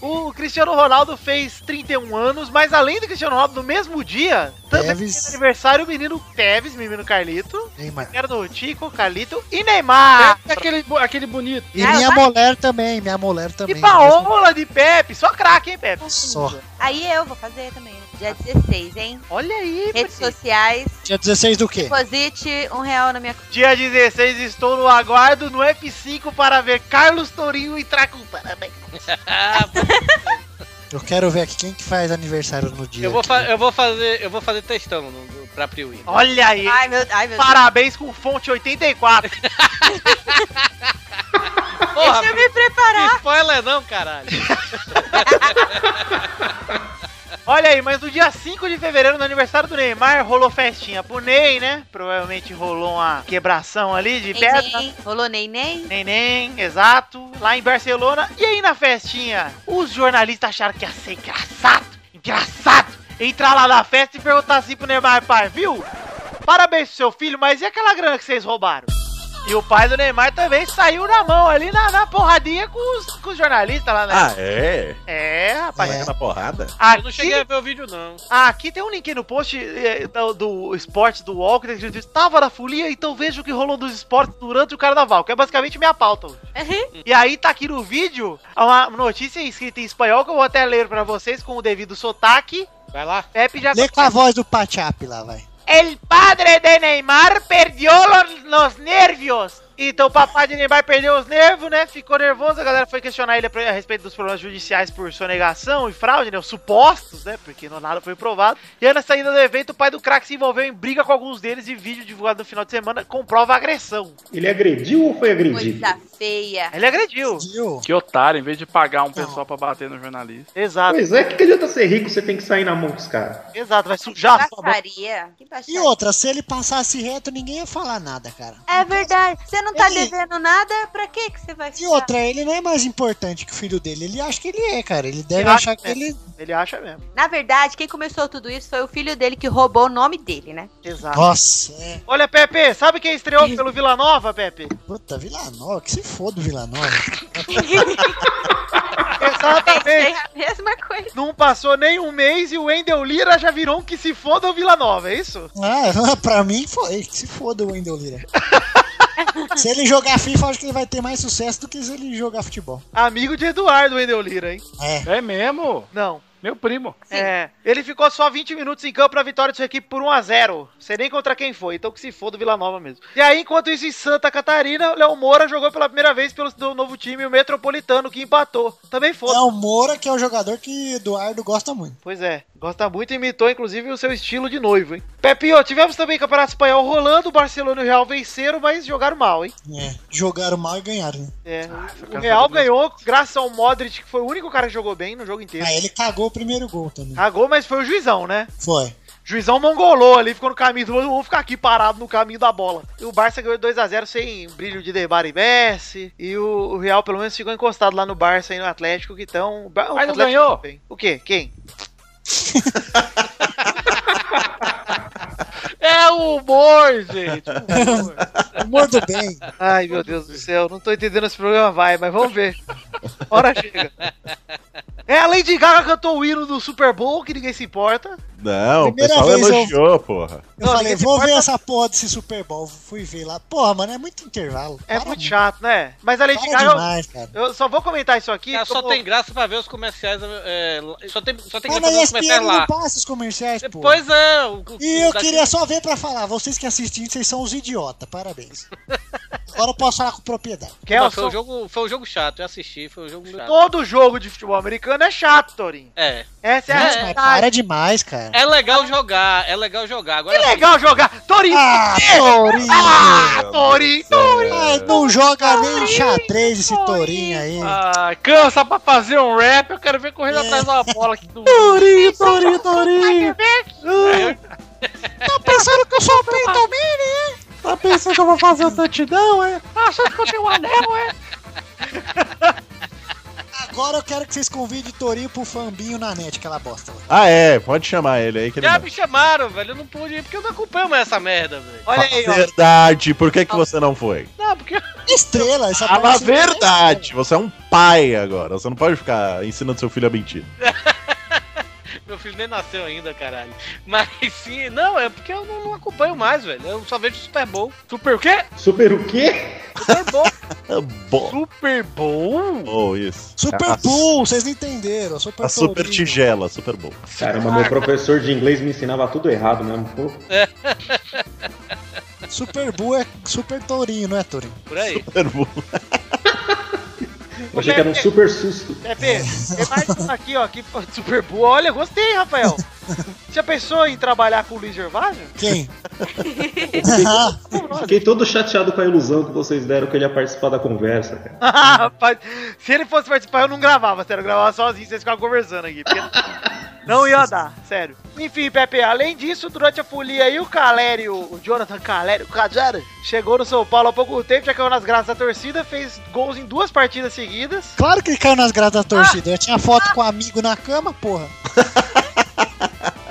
S10: O Cristiano Ronaldo fez 31 anos, mas além do Cristiano Ronaldo, no mesmo dia, também
S3: Teves.
S10: fez aniversário o menino Teves, menino Carlito,
S3: Hein, mano?
S10: era do Tico, Carlito e Neymar.
S5: é Aquele, bo- aquele bonito.
S3: E
S4: Ah,
S3: minha
S4: vai.
S3: mulher também, minha mulher
S10: E
S3: também.
S10: Paola de Pepe, só craque, hein, Pepe?
S3: Só.
S4: Aí eu vou fazer também. né? Dia 16, hein?
S10: Olha aí,
S4: Redes
S10: Pepe.
S4: sociais.
S3: Dia 16 do quê?
S4: Deposite um real na minha conta.
S10: Dia 16, estou no aguardo no F5 para ver Carlos Tourinho entrar com
S5: *laughs*
S10: parabéns.
S3: Eu quero ver aqui quem que faz aniversário no dia.
S8: Eu vou,
S3: aqui.
S8: fa- eu vou fazer, eu vou fazer textão no, no, pra Priui.
S10: Olha aí.
S4: Ai, meu, ai, meu
S10: Parabéns com
S4: *laughs*
S10: fonte 84.
S4: Deus.
S8: Porra,
S4: Deixa eu me preparar.
S8: que spoiler não, caralho.
S10: *laughs* Olha aí, mas no dia 5 de fevereiro, no aniversário do Neymar, rolou festinha pro Ney, né? Provavelmente rolou uma quebração ali de pedra.
S4: Neném. Rolou neném.
S10: Neném, exato, lá em Barcelona. E aí na festinha, os jornalistas acharam que ia ser engraçado, engraçado, entrar lá na festa e perguntar assim pro Neymar, pai, viu? Parabéns pro seu filho, mas e aquela grana que vocês roubaram? E o pai do Neymar também saiu na mão ali na, na porradinha com os, com os jornalistas lá, né?
S7: Ah, é?
S10: é, rapaz.
S7: Vai na porrada?
S3: Ah,
S8: Eu não cheguei
S10: Aqui,
S8: a ver o vídeo, não.
S10: aqui tem um link aí no post eh, do, do esporte do Walker, que ele diz, tava na folia, então veja o que rolou dos esportes durante o carnaval, que é basicamente minha pauta. hoje. E aí tá aqui no vídeo uma notícia escrita em espanhol que eu vou até ler pra vocês com o devido sotaque.
S8: Vai lá.
S10: Pepe já
S3: Lê com a voz do Pachap lá, vai.
S10: El padre de Neymar perdeu los, los nervios. Então o papai de Neymar perdeu os nervos, né? Ficou nervoso, a galera foi questionar ele a respeito dos problemas judiciais por sonegação e fraude, né? Os supostos, né? Porque não, nada foi provado. E aí na saída do evento, o pai do craque se envolveu em briga com alguns deles e vídeo divulgado no final de semana comprova a agressão.
S9: Ele agrediu ou foi agredido?
S4: Coisa Tá feia.
S10: Ele agrediu.
S3: Viu?
S5: Que otário, em vez de pagar um pessoal pra bater no jornalista.
S10: Exato,
S9: Pois é, que adianta ser rico, você tem que sair na mão com os caras.
S10: exato, vai
S4: Que
S10: sujar a sua mão.
S4: baixaria. Que
S3: E
S4: baixaria.
S3: outra, se ele passasse reto, ninguém ia falar nada, cara.
S4: É verdade. Você não tá
S3: Ele-
S4: devendo nada, pra que que você vai
S3: E
S4: ficar?
S3: outra, ele não é mais importante que o filho dele. Ele acha que ele é, cara. Ele deve
S10: Ele
S3: achar
S10: acha
S3: que ele.
S10: Ele acha mesmo.
S4: Na verdade, quem começou tudo isso foi o filho dele que roubou o nome dele, né?
S10: Exato.
S3: Nossa, é.
S10: Olha, Pepe, sabe quem estreou pelo Vila Nova, Pepe?
S3: Puta, Vila Nova, que se foda o Vila Nova.
S4: Pensei
S10: *laughs* Exatamente.
S4: É a mesma coisa.
S10: Não passou nem um mês e o Wendel Lira já virou um que se foda o Vila Nova, é
S3: *laughs*
S10: isso?
S3: Ah, pra mim foi. Que se foda o Wendel Lira. se ele jogar FIFA, eu acho que ele vai ter mais sucesso do que se ele jogar futebol.
S10: Amigo de Eduardo Wendel Lira, hein?
S3: É.
S5: É mesmo?
S10: Não.
S5: Meu primo.
S4: Sim.
S10: Então, É. Ele ficou só 20 minutos em campo pra vitória de sua equipe por 1x0. Sei nem contra quem foi, então que se foda o Vila Nova mesmo. E aí, enquanto isso, em Santa Catarina, o Léo Moura jogou pela primeira vez pelo do novo time, o Metropolitano, que empatou. Também foda.
S3: É o Moura, que é o jogador que Eduardo gosta muito.
S10: Pois é, gosta muito e imitou inclusive o seu estilo de noivo, hein? Pepinho, tivemos também Campeonato Espanhol rolando, o Barcelona e o Real venceram, mas jogaram mal, hein?
S3: É. Jogaram mal e ganharam. né?
S10: É,
S5: Ah,
S10: o Real ganhou graças ao Modric, que foi o único cara que jogou bem no jogo inteiro.
S3: Ah, ele cagou o primeiro gol também.
S10: Cagou, mas foi o Juizão, né?
S3: Foi.
S10: Juizão mongolou ali, ficou no caminho do mundo, vamos ficar aqui parado no caminho da bola. E o Barça ganhou 2x0 sem brilho de Neymar e Messi, e o, o Real pelo menos ficou encostado lá no Barça e no Atlético, que estão... o Ba- o
S5: Mas não
S10: Atlético
S5: ganhou.
S10: bem. O quê? Quem?
S5: *laughs* É o humor, gente.
S3: *laughs* Humor do bem.
S10: Ai, meu Deus do céu, não tô entendendo esse programa, vai, mas vamos ver. Hora chega. É, a Lady Gaga cantou o hino do Super Bowl, que ninguém se importa.
S7: Não, o
S3: Primeira
S7: pessoal
S3: vez eu-
S7: elogiou, porra.
S3: Eu
S10: Não,
S3: falei,
S10: ninguém se
S3: vou ver
S10: importa.
S3: essa porra desse Super Bowl. Fui ver lá. Porra, mano, é muito intervalo.
S10: É
S3: Para
S10: muito chato, né? Mas a Lady
S3: Para
S10: Gaga,
S3: demais, cara.
S10: eu, eu só vou comentar isso aqui.
S8: Cara, só
S10: como-
S8: tem graça pra ver os comerciais. é, lá- só tem, só tem
S3: Ah, Mas na
S8: graça pra ver os
S3: ESPN
S8: comerciais
S3: não
S8: lá.
S3: passa os comerciais, pô.
S8: Pois é. O, o-
S3: E eu
S8: o da-
S3: queria só ver pra falar, vocês que assistiram, vocês são os idiota, parabéns.
S10: *laughs*
S3: Agora eu posso falar com propriedade.
S8: Não, foi,
S10: Kelson,
S8: um jogo, foi um jogo chato, eu assisti, foi um jogo chato.
S10: todo jogo de futebol americano é chato, Torinho.
S8: É.
S10: Essa é a
S3: Nossa, mas
S10: realidade.
S3: para demais, cara.
S8: É legal jogar, é legal jogar. Agora,
S10: Que legal jogar. Torinho!
S3: Ah, Torinho!
S10: Ah, Torinho!
S3: Ai, não joga nem xadrez esse Torinho aí.
S5: Ah, cansa pra fazer um rap, eu quero ver correndo
S3: É.
S5: atrás da bola aqui do.
S3: Torinho, Torinho, Torinho!
S5: É.
S3: Ah, Tá pensando que eu sou o Peyton Mini, hein? Tá pensando que eu vou fazer o santidão, é?
S11: Tá
S5: Achando que eu tenho um anel, é?
S3: *laughs* Agora eu quero que vocês convidem Torinho pro Fambinho na net, aquela bosta lá.
S7: Ah, é, pode chamar ele aí que ele.
S8: já
S7: vai.
S8: me chamaram, velho. Eu não pude ir porque eu não acompanho mais essa merda, velho.
S10: Olha aí, ó.
S7: Verdade, por que, que você não foi?
S8: Não, porque
S3: Estrela, essa
S7: Fala a
S3: parece- um
S7: verdade, você é um pai agora, você não pode ficar ensinando seu filho a mentir.
S8: meu filho nem nasceu ainda, caralho. Mas sim, não, é porque eu não, não acompanho mais, velho. Eu só vejo Super Bowl.
S5: Super o quê?
S9: Super o quê?
S5: Super Tá bom.
S7: É bom.
S5: Super bom?
S7: Oh, isso.
S3: Super
S7: a,
S3: Bull, vocês não entenderam. Super
S7: a Tá super tipo.
S3: Torinho.
S7: tigela, super bom.
S9: Caramba, meu professor de inglês me ensinava tudo errado mesmo. Pô,
S3: Super Bull é Super Tourinho, não é, Tourinho?
S8: Por aí.
S7: Super bom.
S9: eu achei que era um super susto.
S10: Pepe, tem mais um aqui, ó, que foi Super Bowl. Olha, gostei,
S3: *laughs*
S10: Rafael. Já pensou em trabalhar com o Luiz Gervásio?
S3: Quem?
S9: *laughs* Fiquei todo chateado com a ilusão que vocês deram que ele ia participar da conversa, cara.
S10: Ah, *laughs* Rapaz, se ele fosse participar, eu não gravava, sério. Eu gravava sozinho, vocês ficavam conversando aqui. porque não ia dar, sério. Enfim, Pepe, além disso, durante a folia aí, o Calério, o Jonathan Calério, o Cajara, chegou no São Paulo há pouco tempo, já caiu nas graças da torcida, fez gols em duas partidas seguidas.
S3: Claro que ele caiu nas gradas da torcida. Eu tinha foto com um amigo na cama, porra.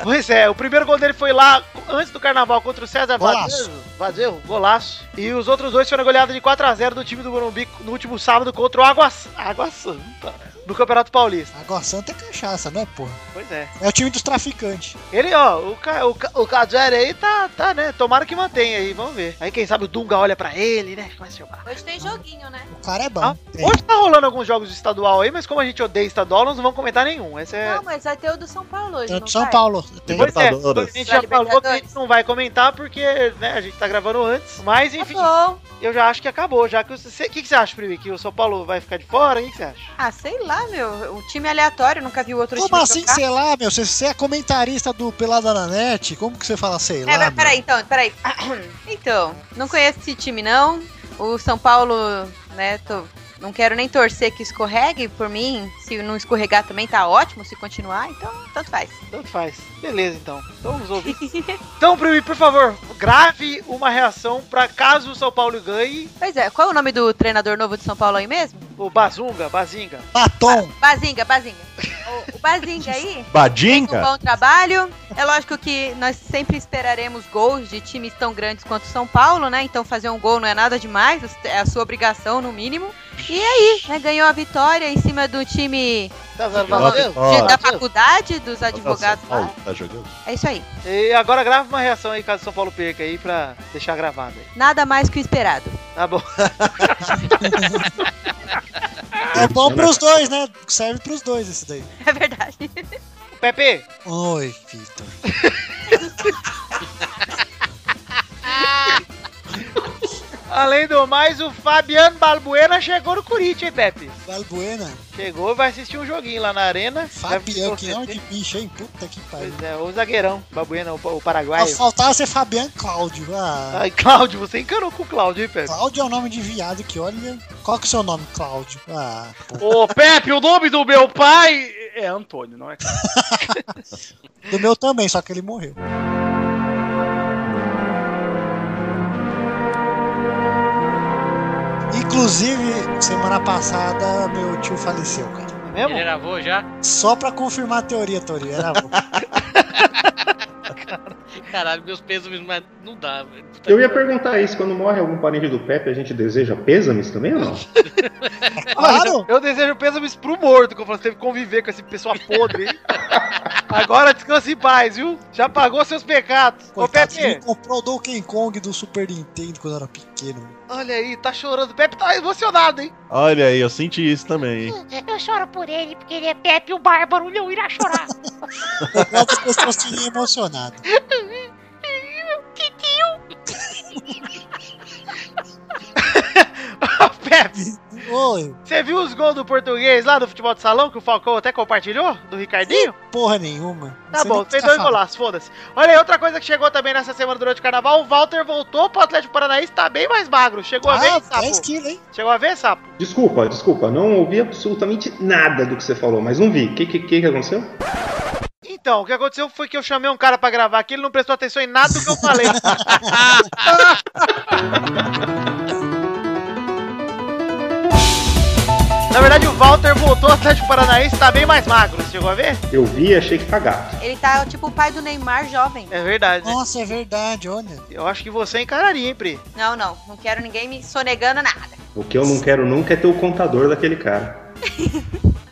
S10: Pois é, o primeiro gol dele foi lá antes do carnaval contra o César
S3: Golaço.
S10: Vadeu, Vadeu, golaço. E os outros dois foram goleados de 4x0 do time do Morumbi no último sábado contra o Água, Água Santa, no Campeonato Paulista.
S3: Água Santa é cachaça, não é, porra?
S10: Pois é.
S3: É o time dos traficantes.
S10: Ele, ó, o, Ca- o, Ca- o Cajari aí tá, tá, né? Tomara que mantenha aí, vamos ver. Aí quem sabe o Dunga olha pra ele, né? Começa a jogar.
S4: Hoje tem joguinho, né?
S3: O cara é bom.
S10: Ah,
S3: É.
S10: hoje tá rolando alguns jogos de estadual aí, mas como a gente odeia estadual, nós não vamos comentar nenhum. Essa é.
S4: Não, mas vai ter o do São Paulo hoje.
S3: Tem o
S4: Não
S3: de São
S4: vai?
S3: Paulo. Tem.
S10: Pois é, a
S7: Libertadores.
S10: gente já
S4: Pra
S10: falou que a gente
S4: Libertadores.
S10: não vai comentar porque né, a gente tá gravando antes. Mas
S4: Tá
S10: enfim,
S4: bom.
S10: eu já acho que acabou. Já que o cê- que, que você acha, Primi? Que o São Paulo vai ficar de fora? O que que você acha?
S4: Ah, sei lá, meu. Um time aleatório, nunca vi outro
S3: Como
S4: time
S3: assim,
S4: jogar.
S3: sei lá, meu? Você, você é comentarista do Pelada na Net? Como que você fala, sei lá?
S4: É, mas
S3: meu?
S4: peraí, então, peraí. *clears throat* Então, não conheço esse time, não. O São Paulo, né, tô- Não quero nem torcer que escorregue por mim. Se não escorregar também tá ótimo, se continuar, então tanto faz.
S10: Tanto faz. Beleza, então. Então
S4: *laughs*
S10: os ouvintes. então, Primi, por favor, grave uma reação pra caso o São Paulo ganhe.
S4: Pois é, qual é o nome do treinador novo de São Paulo aí mesmo?
S10: O Bazunga, Bazinga.
S3: Batom.
S4: Bazinga,
S3: *laughs*
S4: Bazinga. O, o Bazinga aí fez um
S7: Badinga?
S4: bom trabalho. É lógico que nós sempre esperaremos gols de times tão grandes quanto São Paulo, né? Então fazer um gol não é nada demais, é a sua obrigação no mínimo. E aí, né? Ganhou a vitória em cima do time
S10: Tá vendo,
S7: Ó,
S10: Mateus?
S7: ó,
S4: da faculdade dos advogados
S7: São
S4: lá.
S7: Paulo tá jogando?
S4: É isso aí.
S10: E agora grave uma reação aí caso o São Paulo perca aí pra deixar gravado
S3: *laughs*
S10: aí.
S4: Nada mais que o esperado.
S10: Tá bom.
S3: É bom pros dois, né? Serve pros dois esse daí.
S4: É verdade.
S10: Pepe,
S3: Oi, Vitor.
S10: além do mais, o Fabiano Balbuena chegou no Corinthians, hein, Pepe?
S3: Balbuena.
S10: Chegou, vai assistir um joguinho lá na arena.
S3: Fabiano,
S10: Deve
S3: que
S10: ser
S3: nome
S10: CT.
S3: de bicho, hein? Puta que pariu.
S10: Pois é, o zagueirão, Balbuena, o, o
S3: Só
S10: paraguaio.
S3: faltava ser Fabiano é Cláudio. Ah,
S10: Ai, Cláudio, você encanou com o Cláudio, hein, Pepe?
S3: Cláudio é o nome de viado que olha. Qual que é o seu nome, Cláudio? Ah, pô.
S5: Ô, Pepe, o nome do meu
S3: *laughs*
S5: pai é
S9: *laughs*
S5: Antônio, não é?
S3: Do meu também, só que ele morreu. Inclusive, semana passada, meu tio faleceu, cara.
S10: É
S8: Ele
S10: mesmo?
S8: gravou já?
S3: Só pra confirmar a teoria, Tori.
S8: *laughs*
S3: Era avô.
S8: Caralho, meus pêsames, mas não dá. velho. Puta
S9: Eu
S8: que
S9: ia perguntar isso, quando morre algum parente do Pepe, a gente deseja pêsames também ou não?
S3: Claro!
S10: Eu desejo pêsames pro morto, que você teve que conviver com esse pessoal
S3: *laughs*
S10: podre, hein? Agora descanse em paz, viu? Já pagou seus pecados.
S8: É
S3: Coitado,
S10: Ô,
S3: ele
S10: Pepe,
S3: comprou o Donkey Kong do Super Nintendo quando eu era pequeno.
S10: olha aí, tá chorando. Pepe tá emocionado, hein?
S7: Olha aí, eu senti isso também, hein?
S11: *laughs* Eu choro por ele, porque ele é Pepe o Bárbaro, não irá chorar.
S3: As pessoas ficam emocionadas.
S10: Ô, *laughs* Pepe,
S3: Oi,
S10: você viu os gols do português lá do futebol de salão que o Falcão até compartilhou? Do Ricardinho?
S3: porra nenhuma.
S10: Tá
S3: Você
S10: bom,
S3: nem
S10: tem
S3: tá
S10: dois
S3: falando.
S10: golaços, foda-se. Olha aí, outra coisa que chegou também nessa semana durante o carnaval: o Walter voltou pro Atlético Paranaense, tá bem mais magro. Chegou a
S3: Ah,
S10: ver, sapo?
S3: 10 quilos, hein?
S10: Chegou a ver, sapo?
S9: Desculpa, desculpa, não ouvi absolutamente nada do que você falou, mas não vi. O que, que, que que aconteceu?
S10: Então, o que aconteceu foi que eu chamei um cara pra gravar aqui, ele não prestou atenção em nada do que eu falei. *laughs* Na verdade, o Walter voltou ao Atlético Paranaense, tá bem mais magro, você chegou a ver?
S9: Eu vi e achei que tá gato.
S4: Ele tá tipo o pai do Neymar jovem.
S10: É verdade, né?
S3: Nossa, é verdade, olha.
S10: Eu acho que você encararia, hein, Pri?
S4: Não, não. Não quero ninguém me sonegando nada.
S9: O que eu não quero nunca é ter o contador daquele cara.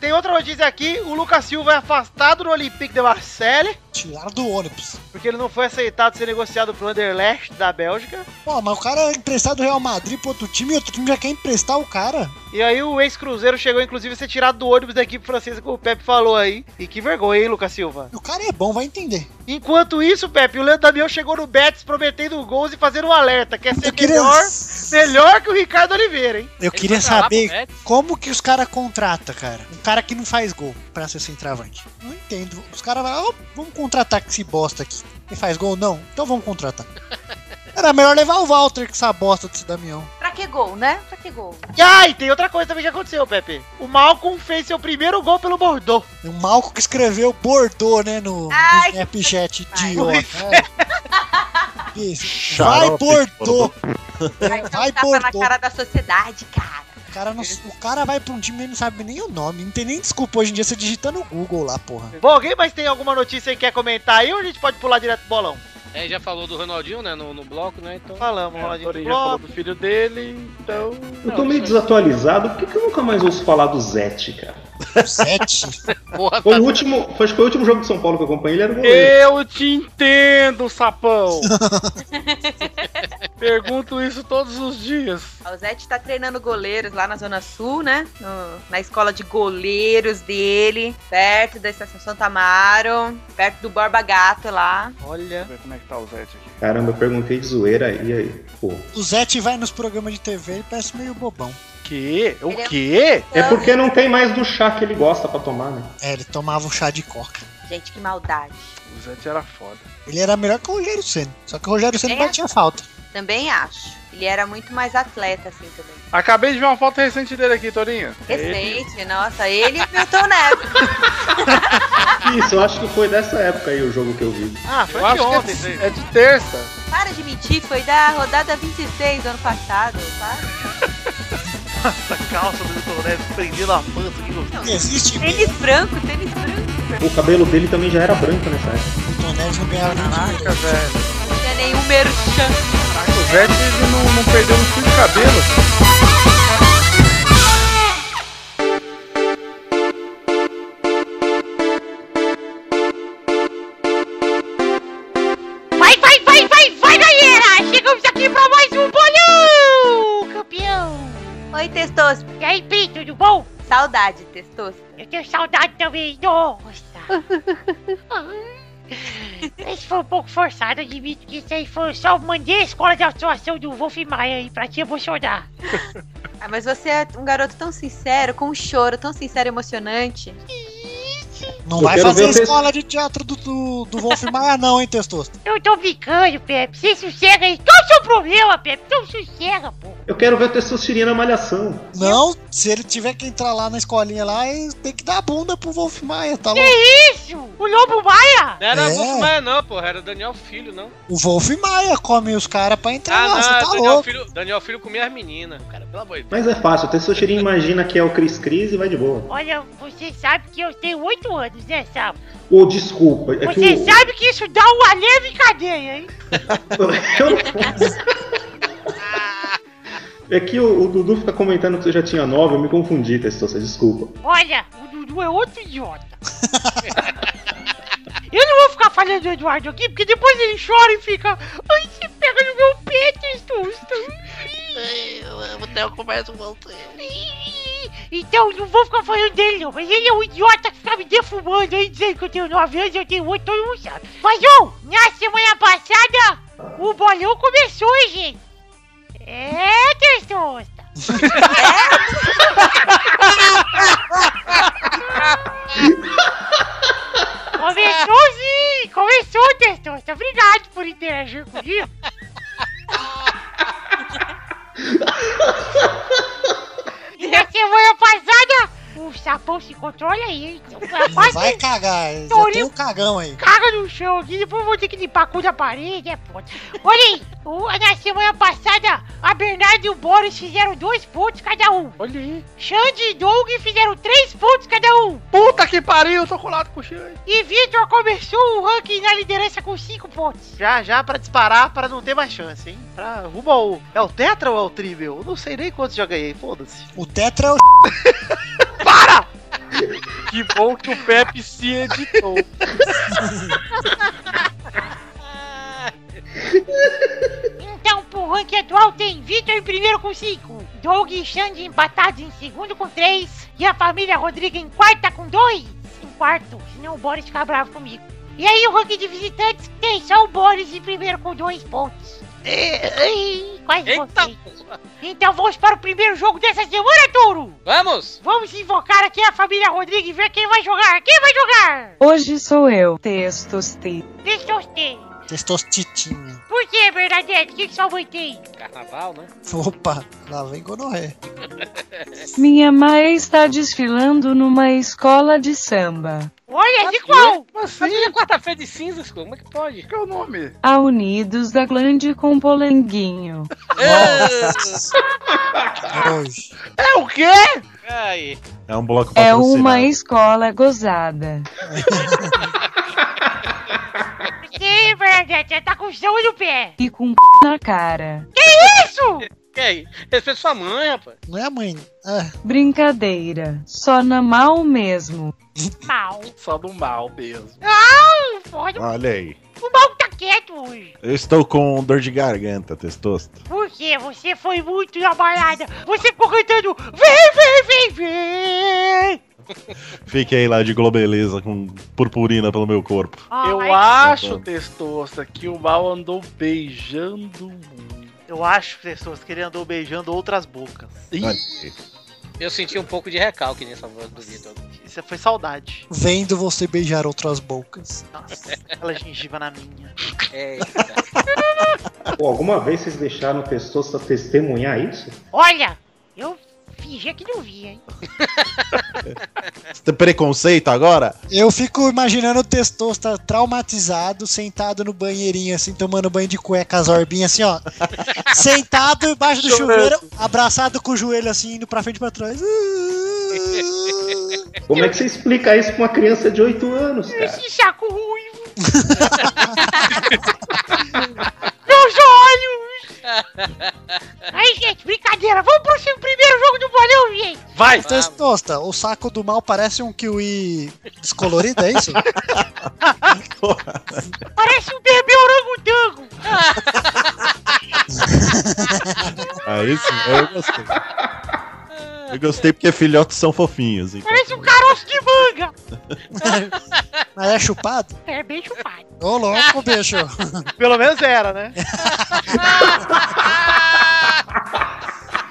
S10: Tem outra notícia aqui, o Lucas Silva é afastado do Olympique de Marseille,
S3: Tiraram do ônibus.
S10: porque ele não foi aceitado ser negociado pro Anderlecht da Bélgica.
S3: Pô, mas o cara é emprestado do Real Madrid pro outro time e outro time já quer emprestar o cara.
S10: E aí o ex-cruzeiro chegou, inclusive, a ser tirado do ônibus da equipe francesa, como o Pepe falou aí. E que vergonha, hein, Lucas Silva?
S3: O cara é bom, vai entender.
S10: Enquanto isso, Pepe, o Leandro Damião chegou no Betis prometendo gols e fazendo um alerta. Quer ser
S3: Eu queria,
S10: melhor, melhor que o Ricardo Oliveira, hein?
S3: eu
S8: Ele
S3: queria
S8: foi pra lá
S3: saber
S8: pro Betis?
S3: como que os caras contratam, cara. Um cara que não faz gol pra ser centroavante. Não entendo. Os caras vão, "Ó, vamos contratar que esse bosta aqui. Ele faz gol? Não. Então vamos contratar. Era melhor levar o Walter que essa bosta desse Damião.
S4: Pra que gol, né? Pra que gol?
S10: E ai, tem outra coisa também que aconteceu, Pepe. O Malcolm fez seu primeiro gol pelo Bordeaux.
S3: O Malco que escreveu Bordeaux, né, no,
S4: Ai,
S3: no Snapchat,
S4: que
S3: idiota. É. Isso. Vai, Bordeaux.
S4: Vai dar
S3: Vai,
S4: um tapa na
S3: Bordeaux.
S4: cara da sociedade, cara.
S3: O cara, não, o cara vai pra um time e não sabe nem o nome. Não tem nem desculpa hoje em dia você digita no Google lá, porra.
S10: *laughs* Bom, alguém mais tem alguma notícia que quer comentar aí ou a gente pode pular direto pro bolão?
S8: É, já falou do Ronaldinho, né? No, no bloco, né? Então.
S10: Falamos,
S5: O
S10: Ronaldinho.
S5: Torinho É, já falou
S10: Flop.
S5: do filho dele, então.
S9: Eu tô meio desatualizado, por que, que eu nunca mais ouço falar do Zete, cara?
S3: Sete.
S8: Porra,
S9: Foi o último, foi, acho que foi o último jogo de São Paulo que eu acompanhei, ele era goleiro.
S5: Eu te
S9: *laughs*
S5: entendo, sapão! Pergunto isso todos os dias.
S4: O Zete tá treinando goleiros lá na Zona Sul, né? No- na escola de goleiros dele, perto da Estação Santa Amaro, perto do Borba Gato lá.
S10: Olha.
S5: Vamos ver como é que tá o Zete aqui.
S9: Caramba, eu perguntei de zoeira e aí, pô.
S3: O Zete vai nos programas de TV e parece meio bobão.
S5: Que?
S4: Ele é-
S5: O quê?
S9: É porque não tem mais do chá que ele gosta pra tomar, né?
S3: É, ele tomava um chá de coca.
S4: Gente, que maldade.
S5: O Zete era foda.
S3: Ele era melhor que o Rogério Senna. Só que o Rogério Senna
S4: É?
S3: batia falta.
S4: Também acho. Ele era muito mais atleta, assim, também.
S5: Acabei de ver uma foto recente dele aqui, Torinha.
S4: Recente, nossa, ele e Milton Neves.
S9: Isso, eu acho que foi dessa época aí o jogo que eu vi.
S10: Ah, foi
S5: Eu
S10: de
S5: acho que
S10: ontem.
S5: é de-
S10: é de terça.
S4: Para de mentir, foi da rodada 26 do ano passado, tá?
S10: Essa calça do Milton Neves prendendo a pança. Que gostoso.
S3: Existe
S4: Tênis branco, tênis branco.
S9: O cabelo dele também já era branco nessa época.
S3: Milton Neves não Então, né, ganhava nem dinheiro.
S5: velho.
S4: Não tinha nenhum merchan.
S5: O Vete ele não, não perdeu um fio de cabelo.
S11: Vai, vai, vai, vai, vai, galera! Chegamos aqui pra mais um bolão! Campeão!
S4: Oi, Testoso.
S11: E aí, Pi, tudo bom?
S4: Saudade, Testoso.
S11: Eu tenho saudade também,
S4: *laughs*
S11: nossa! Esse foi um pouco forçado, admito que isso aí foi só mandei a escola de atuação do Wolf Maia aí pra te emocionar.
S4: Ah, mas você é um garoto tão sincero, com um choro tão sincero e emocionante.
S3: Não
S9: Eu
S3: vai
S9: quero
S3: fazer
S9: ver o texto.
S3: escola de teatro do, do, do Wolf Maia, não, hein, Testosto?
S11: Eu tô brincando, Pepe, se sossega aí, qual o seu problema, Pepe? Então sossega, pô!
S9: Eu quero ver a testosterona malhação.
S3: Não, se ele tiver que entrar lá na escolinha lá, ele tem que dar a bunda pro Wolf Maia, tá louco?
S11: Que isso? O Lobo Maia?
S8: Não era
S3: É.
S8: Wolf Maia, não, porra. Era Daniel Filho, não.
S3: O Wolf Maia come os caras pra entrar
S8: Ah,
S3: lá, você
S8: não.
S3: tá
S8: Daniel,
S3: louco.
S8: Filho, Daniel Filho comia as meninas. Cara, pelo amor de Deus.
S9: Mas é fácil, o testosterona imagina que é o Cris Cris e vai de boa.
S11: Olha, você sabe que eu tenho oito anos, né, Sam?
S9: Ô, desculpa, é que
S11: Você
S9: o...
S11: sabe que isso dá um alívio em cadeia, hein?
S9: Eu não posso. É que o, o Dudu fica comentando que você já tinha nove, eu me confundi, Testosta, desculpa.
S11: Olha, o Dudu é outro idiota. *laughs* Eu não vou ficar falando do Eduardo aqui, porque depois ele chora e fica. Ai, se pega no meu pé, testoso.
S10: Eu vou ter uma conversa com você.
S11: Então, não vou ficar falando dele, não. Mas ele é um idiota que fica me defumando aí, dizendo que eu tenho 9 anos, eu tenho 8, todo mundo sabe. Mas, ô, na semana passada, o bolão começou, hein, gente. É, testosta. É? Começou sim! Começou, Testosta! Obrigado por interagir comigo! e na semana passada, o sapão se controla aí, hein?
S3: Ele vai
S11: Quase
S3: cagar, ele já
S11: Torinho-
S3: tem um cagão aí.
S11: caga no chão aqui, depois eu vou ter que limpar a cu da parede, é foda. Olha aí, o- na semana passada, a Bernardo e o Boris fizeram dois pontos cada um.
S5: Olha aí.
S11: Xande e Doug fizeram três pontos cada um.
S5: Puta que pariu, eu tô colado com o Chile.
S11: E Vitor começou o ranking na liderança com cinco pontos.
S10: Já, já, pra disparar, pra não ter mais chance, hein? Pra rumo ao... É o tetra ou é o tribel? Eu não sei nem quantos já ganhei, foda-se.
S3: O Tetra é
S10: *laughs*
S3: o
S5: Que bom que o Pepe se editou.
S11: Então, pro ranking atual tem Vitor em primeiro com 5, Doug e Xande empatados em segundo com 3 e a família Rodrigo em quarta com 2. Em quarto, senão o Boris fica bravo comigo. E aí o ranking de visitantes tem só o Boris em primeiro com 2 pontos. Ei, Quase
S8: É, Eita
S11: voltei.
S8: porra.
S11: Então vamos para o primeiro jogo dessa semana, Touro!
S8: Vamos!
S11: Vamos invocar aqui a família Rodrigo e ver quem vai jogar! Quem vai jogar?
S12: Hoje sou eu, Textos T.
S11: Deixa eu ter.
S3: Testostitinha.
S11: Por que, Bernadette? O que que sua mãe tem?
S8: Carnaval, né?
S3: Opa, lá vem gonorré.
S12: Minha mãe está desfilando numa escola de samba.
S11: Olha,
S5: Assim?
S11: de qual?
S8: Mas hoje é quarta-feira de cinzas, como é que pode?
S5: que é o nome?
S12: A Unidos da Glande com Polanguinho.
S3: Nossa. Hoje.
S5: É o quê?
S8: Aí. *laughs*
S7: É um bloco
S12: É
S7: patrocinado.
S12: uma escola
S7: *laughs*
S12: gozada.
S11: Sim, Bernadette, já tá com chão no pé.
S12: E com p na cara.
S11: Isso!
S8: E aí? Respeita sua mãe, rapaz.
S3: Não é a mãe. É,
S12: Brincadeira. Só na mal mesmo.
S11: Mal.
S5: Só do mal mesmo.
S11: Ah, foda.
S7: Olha aí.
S11: O mal tá quieto hoje.
S7: Eu estou com dor de garganta, Testosta.
S11: Por quê? Você foi muito na balada. Você ficou cantando Vem, vem, vem, vem.
S7: Fiquei lá de globeleza com purpurina pelo meu corpo.
S11: Ah,
S5: eu
S11: mas
S5: acho,
S7: Então.
S5: Testosta, que o mal andou beijando muito.
S10: Eu acho, pessoas, que ele andou beijando outras bocas.
S7: Olha aí.
S8: Eu senti um pouco de recalque nessa voz do Vitor.
S10: Isso foi saudade.
S3: Vendo você beijar outras bocas.
S10: Nossa, aquela gengiva na minha.
S8: É,
S9: Pô, alguma vez vocês deixaram pessoas pra testemunhar isso?
S11: Olha, eu fingia que não via, hein?
S7: Você tem preconceito agora?
S3: Eu fico imaginando o Testosta traumatizado, sentado no banheirinho, assim, tomando banho de cueca, as orbinhas, assim,
S11: *laughs*
S3: ó. sentado embaixo do
S10: Chorando.
S3: chuveiro, abraçado com o joelho, assim, indo pra frente e pra trás.
S9: Como é que você explica isso pra uma criança de 8 anos, cara?
S11: Esse saco *laughs* ruivo! Meus olhos! Aí, gente, brincadeira! Vamos pro seu primeiro jogo do bolão, gente!
S3: Vai! Testosta, o saco do mal parece um kiwi descolorido,
S7: *laughs*
S3: é isso?
S11: Parece um bebê
S4: *laughs*
S11: orangotango!
S7: Aí sim, É eu gostei. Eu gostei porque filhotes são fofinhos. então.
S11: Parece um caroço de manga!
S3: *laughs* Mas é chupado?
S11: É bem chupado.
S3: Ô, louco, bicho.
S10: Pelo menos era, né?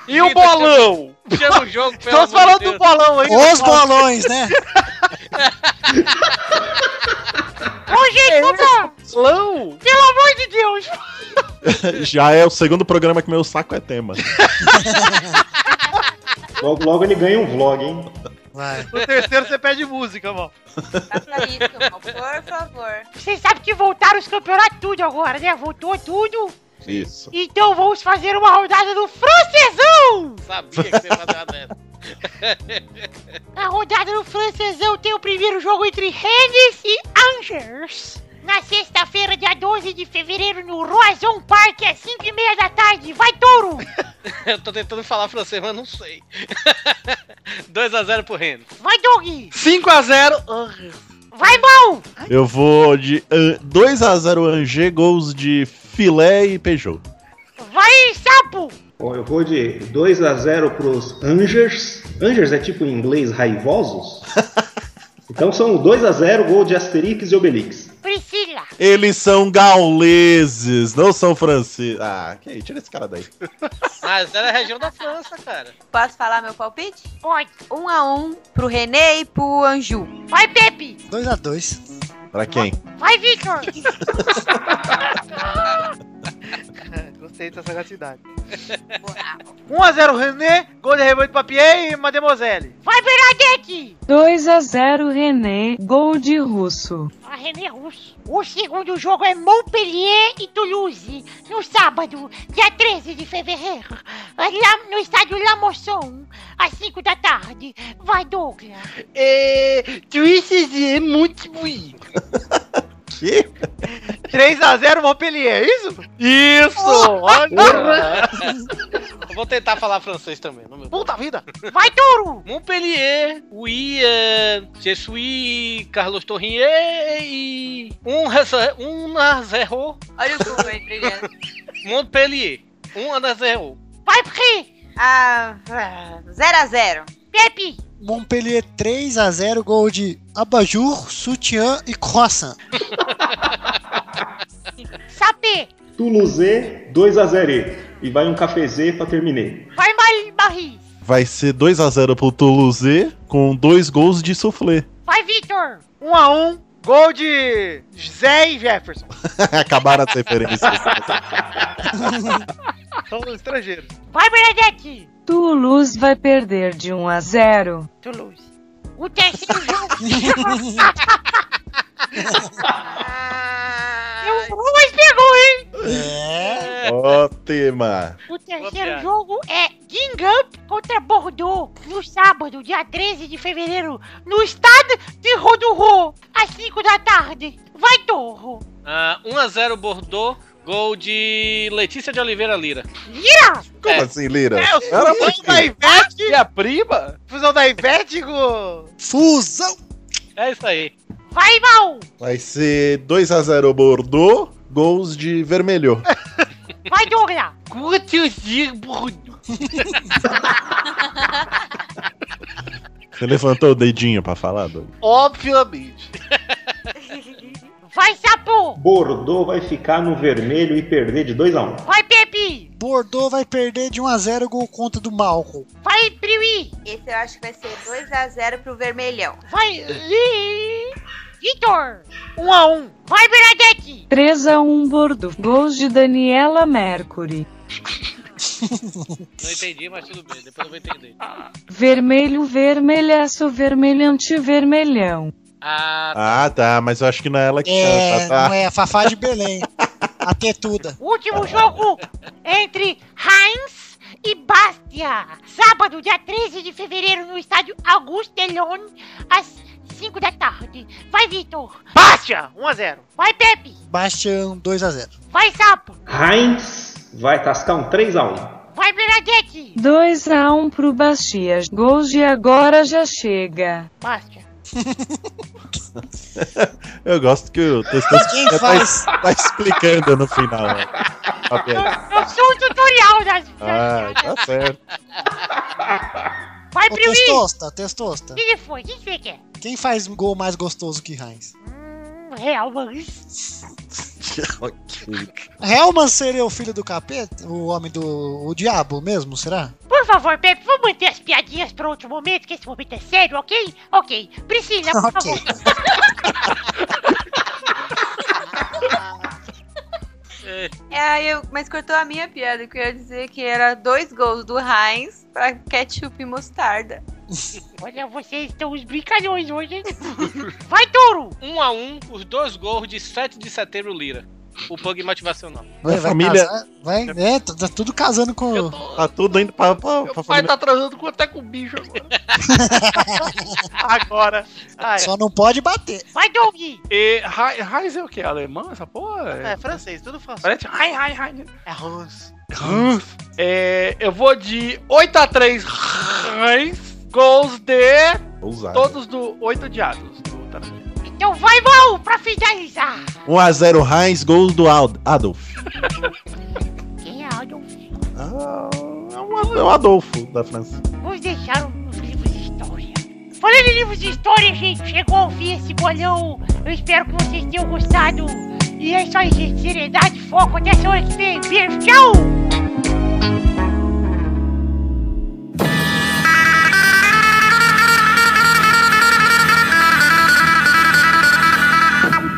S10: E o bolão?
S8: Chama o jogo, pelo
S10: Estamos falando
S8: amor de Deus.
S10: do bolão aí.
S3: Os bolões, né?
S11: Ô,
S5: É
S11: gente, vamos!
S10: Bolão?
S11: Pelo amor de
S7: *laughs*
S11: Deus!
S7: Já é o segundo programa que meu saco é tema.
S9: *laughs* Logo, logo ele ganha um vlog, hein?
S3: Vai.
S10: No terceiro você pede música, mal.
S4: Por favor.
S11: Vocês sabem que voltaram os campeonatos tudo agora, né? Voltou tudo.
S7: Isso.
S11: Então vamos fazer uma rodada do francesão!
S8: Sabia que você ia fazer uma dessa.
S11: A rodada do francesão tem o primeiro jogo entre Rennes e Angers. Na sexta-feira, dia 12 de fevereiro, no Roison Park, às 5 e meia da tarde. Vai, touro!
S8: Eu tô tentando falar francês, mas não sei. *laughs* 2x0 pro Rennes.
S11: *laughs* Vai, Doug!
S10: 5x0.
S11: Vai, bom!
S7: Eu vou de ah, 2x0 Angé, gols de filé e Peugeot.
S11: Vai, sapo!
S9: Bom, eu vou de 2 a 0 pros Angers. Angers é tipo em inglês raivosos? Então são 2 a 0 gol de Asterix e Obelix.
S11: Priscila!
S7: Eles são gauleses, não são franceses. Ah, que aí, tira esse cara daí.
S8: Mas era a região da França, cara.
S4: Posso falar meu palpite?
S11: Pode.
S4: Um a um pro René e pro Anju.
S11: Vai, Pepe!
S3: 2x2.
S7: Pra quem?
S11: Vai, Victor!
S10: *laughs* Gostei dessa sagacidade. 1x0 René, gol de Rebanho de Papier e Mademoiselle.
S11: Vai, Bernadette!
S12: 2 a 0 René, gol de russo.
S11: A René é Russo. O segundo jogo é Montpellier e Toulouse, no sábado, dia 13 de fevereiro, lá no estádio La Mosson, às 5 da tarde. Vai, Douglas.
S10: É. é muito ruim.
S7: Que?
S10: 3x0 Montpellier, é isso? Isso!
S8: Porra! Eu vou tentar falar francês também. Não, meu
S10: Puta vida!
S11: Vai, Touro!
S8: Montpellier, oui, eh, je suis Carlos Torrinho e um, reza- um a zero.
S4: Olha o Google aí, brilhando.
S8: Montpellier, um a zero.
S11: Vai, Pri!
S4: Ah, 0x0.
S11: Pepe!
S3: Montpellier 3x0, gol de Abajur, Sutiã e Croissant.
S11: Sapê!
S9: Toulouse, 2 a 0 E vai um cafezê pra terminar.
S11: Vai, Mar Barris!
S7: Vai ser 2x0 pro Toulouse com dois gols de soufflé. *laughs*
S11: Vai, Victor!
S10: 1x1, gol de Zé e Jefferson.
S7: Acabaram as referências.
S10: São estrangeiros.
S11: Vai, Bernadette!
S12: Toulouse vai perder de 1 a 0.
S11: Toulouse. O terceiro jogo. Eu vou, mas é pegou, hein?
S7: *laughs*
S3: É.
S7: Ótima.
S11: O terceiro
S8: piada.
S11: jogo é Guingamp contra Bordeaux, no sábado, dia 13 de fevereiro, no estado de Rodurô, às 5 da tarde. Vai, Torro!
S8: Ah, 1 a 0 Bordeaux, gol de Letícia de Oliveira Lira.
S11: Lira!
S7: Como
S8: É.
S7: assim, Lira?
S10: É, o
S7: Era pra
S10: fusão da
S7: quê?
S10: Ivete.
S5: E a prima?
S10: Fusão da Ivete com...
S3: Fusão!
S8: É isso aí.
S11: Vai, Mal!
S7: Vai ser 2x0 Bordeaux, gols de vermelho.
S11: Vai, Douglas!
S7: *laughs*
S8: *laughs*
S7: Você levantou o dedinho pra falar, Doug?
S10: Obviamente.
S11: Vai, Sapo!
S9: Bordeaux vai ficar no vermelho e perder de 2 a 1
S11: Vai, Pepe!
S3: Bordeaux vai perder de 1x0, gol contra do Malcolm.
S11: Vai, Priui!
S4: Esse eu acho que vai ser 2x0 pro Vermelhão.
S11: Vai, Li! Vitor!
S10: 1 a 1
S11: Vai, Bernadette!
S12: 3 a 1 Bordo. Gols de Daniela
S3: *laughs*
S12: Mercury.
S8: Não entendi, mas tudo bem, depois eu vou entender.
S12: Vermelho, vermelhaço, vermelhante, vermelhão.
S7: Ah, tá, mas eu acho que não é ela que
S3: É,
S7: canta, tá?
S3: não é, Fafá de Belém. A tetuda.
S11: Último jogo entre Heinz e Bastia. Sábado, dia 13 de fevereiro, no estádio Auguste Delon, às 5 da tarde. Vai, Vitor.
S10: Bastia, 1 a 0
S11: Vai, Pepe.
S3: Bastian 2x0.
S11: Vai, Sapo.
S9: Heinz vai tascar um 3x1.
S11: Vai, Bernadette.
S12: 2 a 1 pro Bastias. Gols de agora já chega.
S11: Bastia.
S7: *laughs* Eu gosto que o Testoso
S11: Quem
S7: tá,
S11: faz?
S7: es- tá explicando no final. né? Tá bem.
S11: Eu sou o tutorial das...
S7: Ah, tá certo.
S11: Vai,
S3: Ô,
S11: Priui.
S3: testosta, testosta.
S11: O que que foi? O que que você quer?
S3: Quem faz um gol mais gostoso
S7: *laughs*
S3: que Heinz?
S11: Um real, mas...
S3: Helman seria o filho do capeta? O homem do. o diabo mesmo, será?
S11: Por favor, Pepe, vamos manter as piadinhas para outro momento, que esse momento é sério, ok? Ok. Priscila, por
S3: Ok.
S11: favor.
S4: É, aí eu- mas cortou a minha piada, que eu ia dizer que era dois gols do Heinz pra ketchup e mostarda.
S11: *laughs* Olha, vocês estão os brincalhões hoje, hein? *laughs* Vai, Touro!
S8: 1 a 1 os dois gols de 7 de setembro Lira. O pug motivacional.
S3: Vai, vai
S7: É família-
S3: casar, vai, é, tá, tá tudo casando com.
S7: Tá tudo indo pra, pra, pra
S5: Vai
S7: família.
S5: tá transando com, até com o bicho agora.
S11: *laughs*
S5: agora. Ai.
S3: Só não pode bater.
S11: Vai, Doug!
S5: E Hei- Heinz é o quê? Alemão? Essa porra?
S10: É francês, tudo francês.
S5: Parece Heinz, Heinz, Heinz.
S10: É Hans.
S5: Hans. É, eu vou de 8 a 3 Heinz. Gols de
S7: Ousado.
S5: todos do 8 diabos. do Tarantino.
S11: Então vai, Mal, pra finalizar!
S7: 1x0 Heinz, gols do Ald- Adolf.
S11: Quem é Adolf?
S7: Ah, é um Ad- é o Adolfo da França.
S11: Vamos deixar os livros de história. Falando em livros de história, gente, chegou ao fim esse bolão. Eu espero que vocês tenham gostado. E é isso aí, gente. Seriedade, foco. Até semana que vem. Beijo, tchau!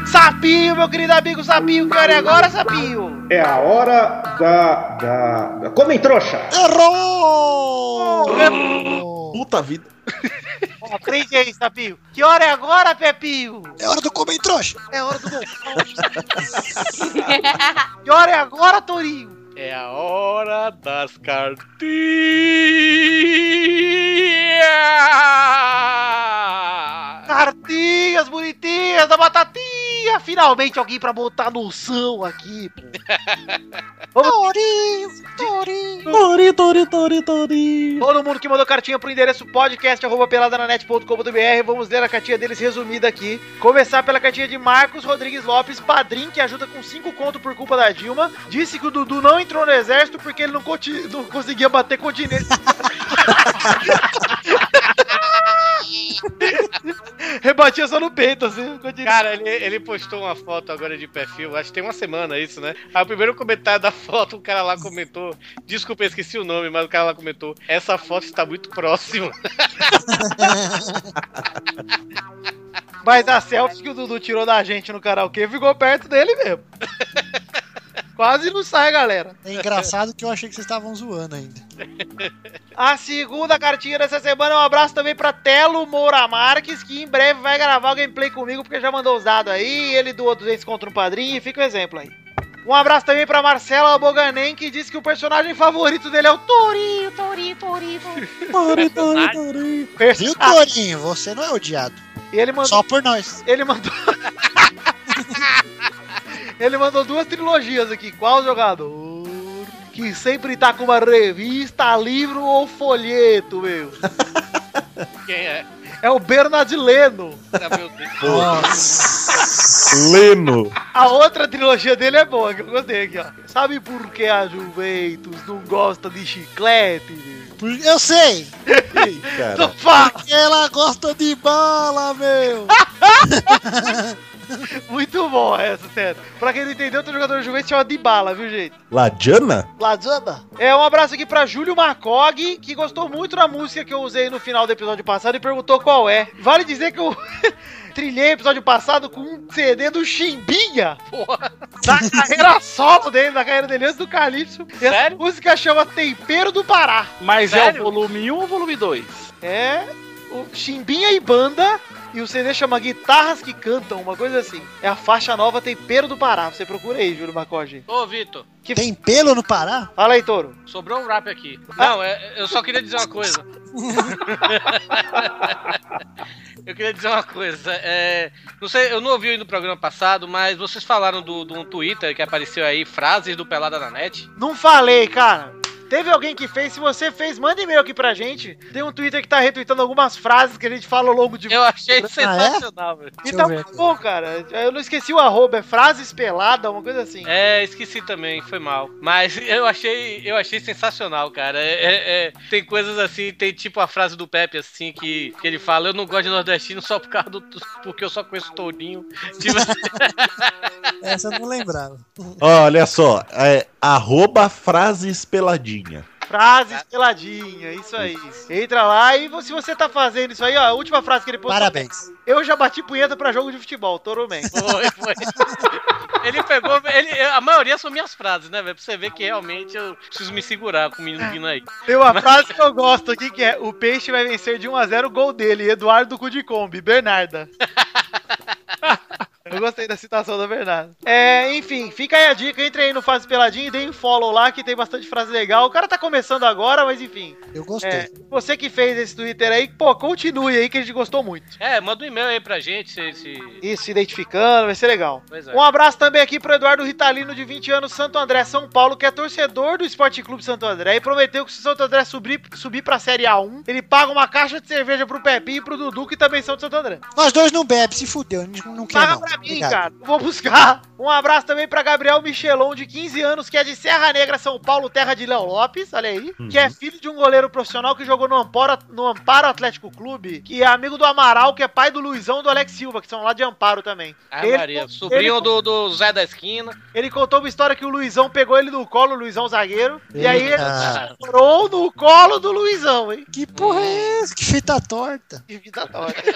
S10: Sapinho, meu querido amigo, sapinho, que hora é agora, sapinho?
S9: É a hora da. da. da... Comem trouxa!
S10: Errou!
S7: Puta vida.
S10: Aprende aí, sapinho. Que hora é agora, Pepinho?
S3: É hora do comer trouxa.
S10: É hora do bom. *laughs* que hora é agora, Torinho?
S8: É a hora das cartinhas!
S10: Cartinhas bonitinhas da batatinha. Finalmente alguém pra botar noção aqui, pô. Vamos... Torinho, Torinho.
S7: Tori, tori, tori, tori.
S10: Todo mundo que mandou cartinha pro endereço podcast.peladanet.com.br, vamos ler a cartinha deles resumida aqui. Começar pela cartinha de Marcos Rodrigues Lopes, padrinho que ajuda com 5 conto por culpa da Dilma. Disse que o Dudu não entrou no exército porque ele não, conti- não conseguia bater continência. Rebatia só no peito, assim.
S8: Cara, ele, ele postou uma foto agora de perfil, acho que tem uma semana isso, né? Aí o primeiro comentário da foto, o cara lá comentou. Desculpa, eu esqueci o nome, mas o cara lá comentou. Essa foto está muito próxima.
S10: *laughs* Mas a selfie que o Dudu tirou da gente no karaokê ficou perto dele mesmo. *laughs* Quase não sai, galera.
S3: É engraçado que eu achei que vocês estavam zoando ainda.
S10: A segunda cartinha dessa semana é um abraço também pra Telo Moura Marques, que em breve vai gravar o gameplay comigo, porque já mandou usado aí, ele doou 200 conto no padrinho, e fica o exemplo aí. Um abraço também pra Marcela Boganem, que disse que o personagem favorito dele é o Torinho, Torinho, Torinho.
S3: Tori, tori, tori. Viu, Torinho? Você não é odiado.
S10: E ele mandou...
S3: Só por nós.
S10: Ele mandou... *laughs* ele mandou duas trilogias aqui. Qual jogador que sempre tá com uma revista, livro ou folheto, meu?
S8: Quem é?
S10: É o Bernardileno.
S8: Ah, meu Deus.
S7: Leno.
S10: A outra trilogia dele é boa, que eu gostei aqui, ó. Sabe por que a Juventus não gosta de chiclete? meu?
S3: Por- Eu sei.
S7: Ih, cara.
S10: Não fala!
S3: Porque ela gosta de bala, *laughs* meu.
S10: *laughs* Muito bom essa, sério. Pra quem não entendeu, outro jogador de Juventus chama de bala, viu, gente?
S7: Ladiana?
S10: Lazana. É, um abraço aqui pra Júlio Macog, que gostou muito da música que eu *laughs* usei no final do episódio passado e perguntou qual é. Vale dizer que eu... trilhei episódio passado com um CD do Chimbinha. Porra. Da carreira solo dele, da carreira dele antes do Calypso. E essa música chama Tempero do Pará.
S5: Mas é o volume 1 ou volume 2?
S10: É o Chimbinha e Banda. E o CD chama Guitarras que Cantam, uma coisa assim. É a faixa nova Tempero do Pará. Você procura aí, Júlio Macoge.
S8: *laughs* Ô, Vitor,
S3: Tem pelo no Pará?
S10: Fala aí, Toro.
S8: sobrou um rap aqui. Não, é- eu só queria dizer uma coisa. eu queria dizer uma coisa. é, não sei, eu não ouvi no programa passado, mas vocês falaram do, do um Twitter que apareceu aí, frases do Pelada na Net.
S10: Não falei, cara. Teve alguém que fez, se você fez, manda e-mail aqui pra gente. Tem um Twitter que tá retweetando algumas frases que a gente fala ao longo de. Ah, é?
S8: Eu achei sensacional, velho. Então,
S10: E tá muito bom, cara. Eu não esqueci o arroba, é frases pelada, uma coisa assim.
S8: É, esqueci também, foi mal. Mas *laughs* eu achei, eu achei sensacional, cara. É- é- é, tem coisas assim, tem tipo a frase do Pepe assim que, que ele fala: "Eu não gosto de nordestino só por causa do porque eu só conheço tourinho". *laughs* Tipo, assim.
S3: *laughs* Essa eu não lembrava.
S7: Olha só, é arroba frases peladinha.
S8: Ah.
S10: Frases peladinha, isso aí. Entra lá e vo- se você tá fazendo isso aí, ó, a última frase que ele postou.
S3: Parabéns.
S10: Eu já bati punheta pra jogo de futebol, Toro Man.
S8: Foi, foi. ele pegou, ele, a maioria são minhas frases, né, velho? Pra você ver que realmente eu preciso me segurar com o menino vindo aí.
S10: Tem uma frase que eu gosto aqui que é: O peixe vai vencer de 1x0 o gol dele, Eduardo Cudicombi, Bernarda. Eu gostei da citação da Bernarda. É, enfim, fica aí a dica, entre aí no Fase Peladinho e deem um follow lá que tem bastante frase legal. O cara tá começando agora, mas enfim. É,
S3: Eu gostei.
S10: você que fez esse Twitter aí, pô, continue aí que a gente gostou muito.
S8: É, manda um e-mail aí pra gente se, se...
S10: Isso, se identificando, vai ser legal.
S8: Pois é.
S10: Um abraço também aqui pro Eduardo Ritalino, de 20 anos, Santo André, São Paulo, que é torcedor do Esporte Clube Santo André e prometeu que se o Santo André subir, subir pra Série A1, ele paga uma caixa de cerveja pro Pepinho e pro Dudu, que também são de Santo André.
S3: Nós dois não bebe, se fudeu. a gente Não quer,
S10: Paga
S3: não.
S10: pra mim,
S3: Obrigado.
S10: cara. Eu Vou buscar. Um abraço também pra Gabriel Michelon, de 15 anos, que é de Serra Negra, São Paulo, terra de Léo Lopes, olha aí.
S3: Uhum.
S10: Que é filho de um goleiro profissional que jogou no Amparo, no Amparo Atlético Clube, que é amigo do Amaral, que é pai do Luizão e do Alex Silva, que são lá de Amparo também.
S8: Ah,
S10: Ele-
S8: Maria, sobrinho
S10: ele-
S8: do, do Zé da Esquina.
S5: *laughs*
S10: Ele contou uma história que o Luizão pegou ele no colo, o Luizão zagueiro, e aí ele
S3: Eita.
S10: chorou no colo do Luizão, hein?
S3: Que porra é essa? Que fita torta.
S10: Que vida torta. *laughs*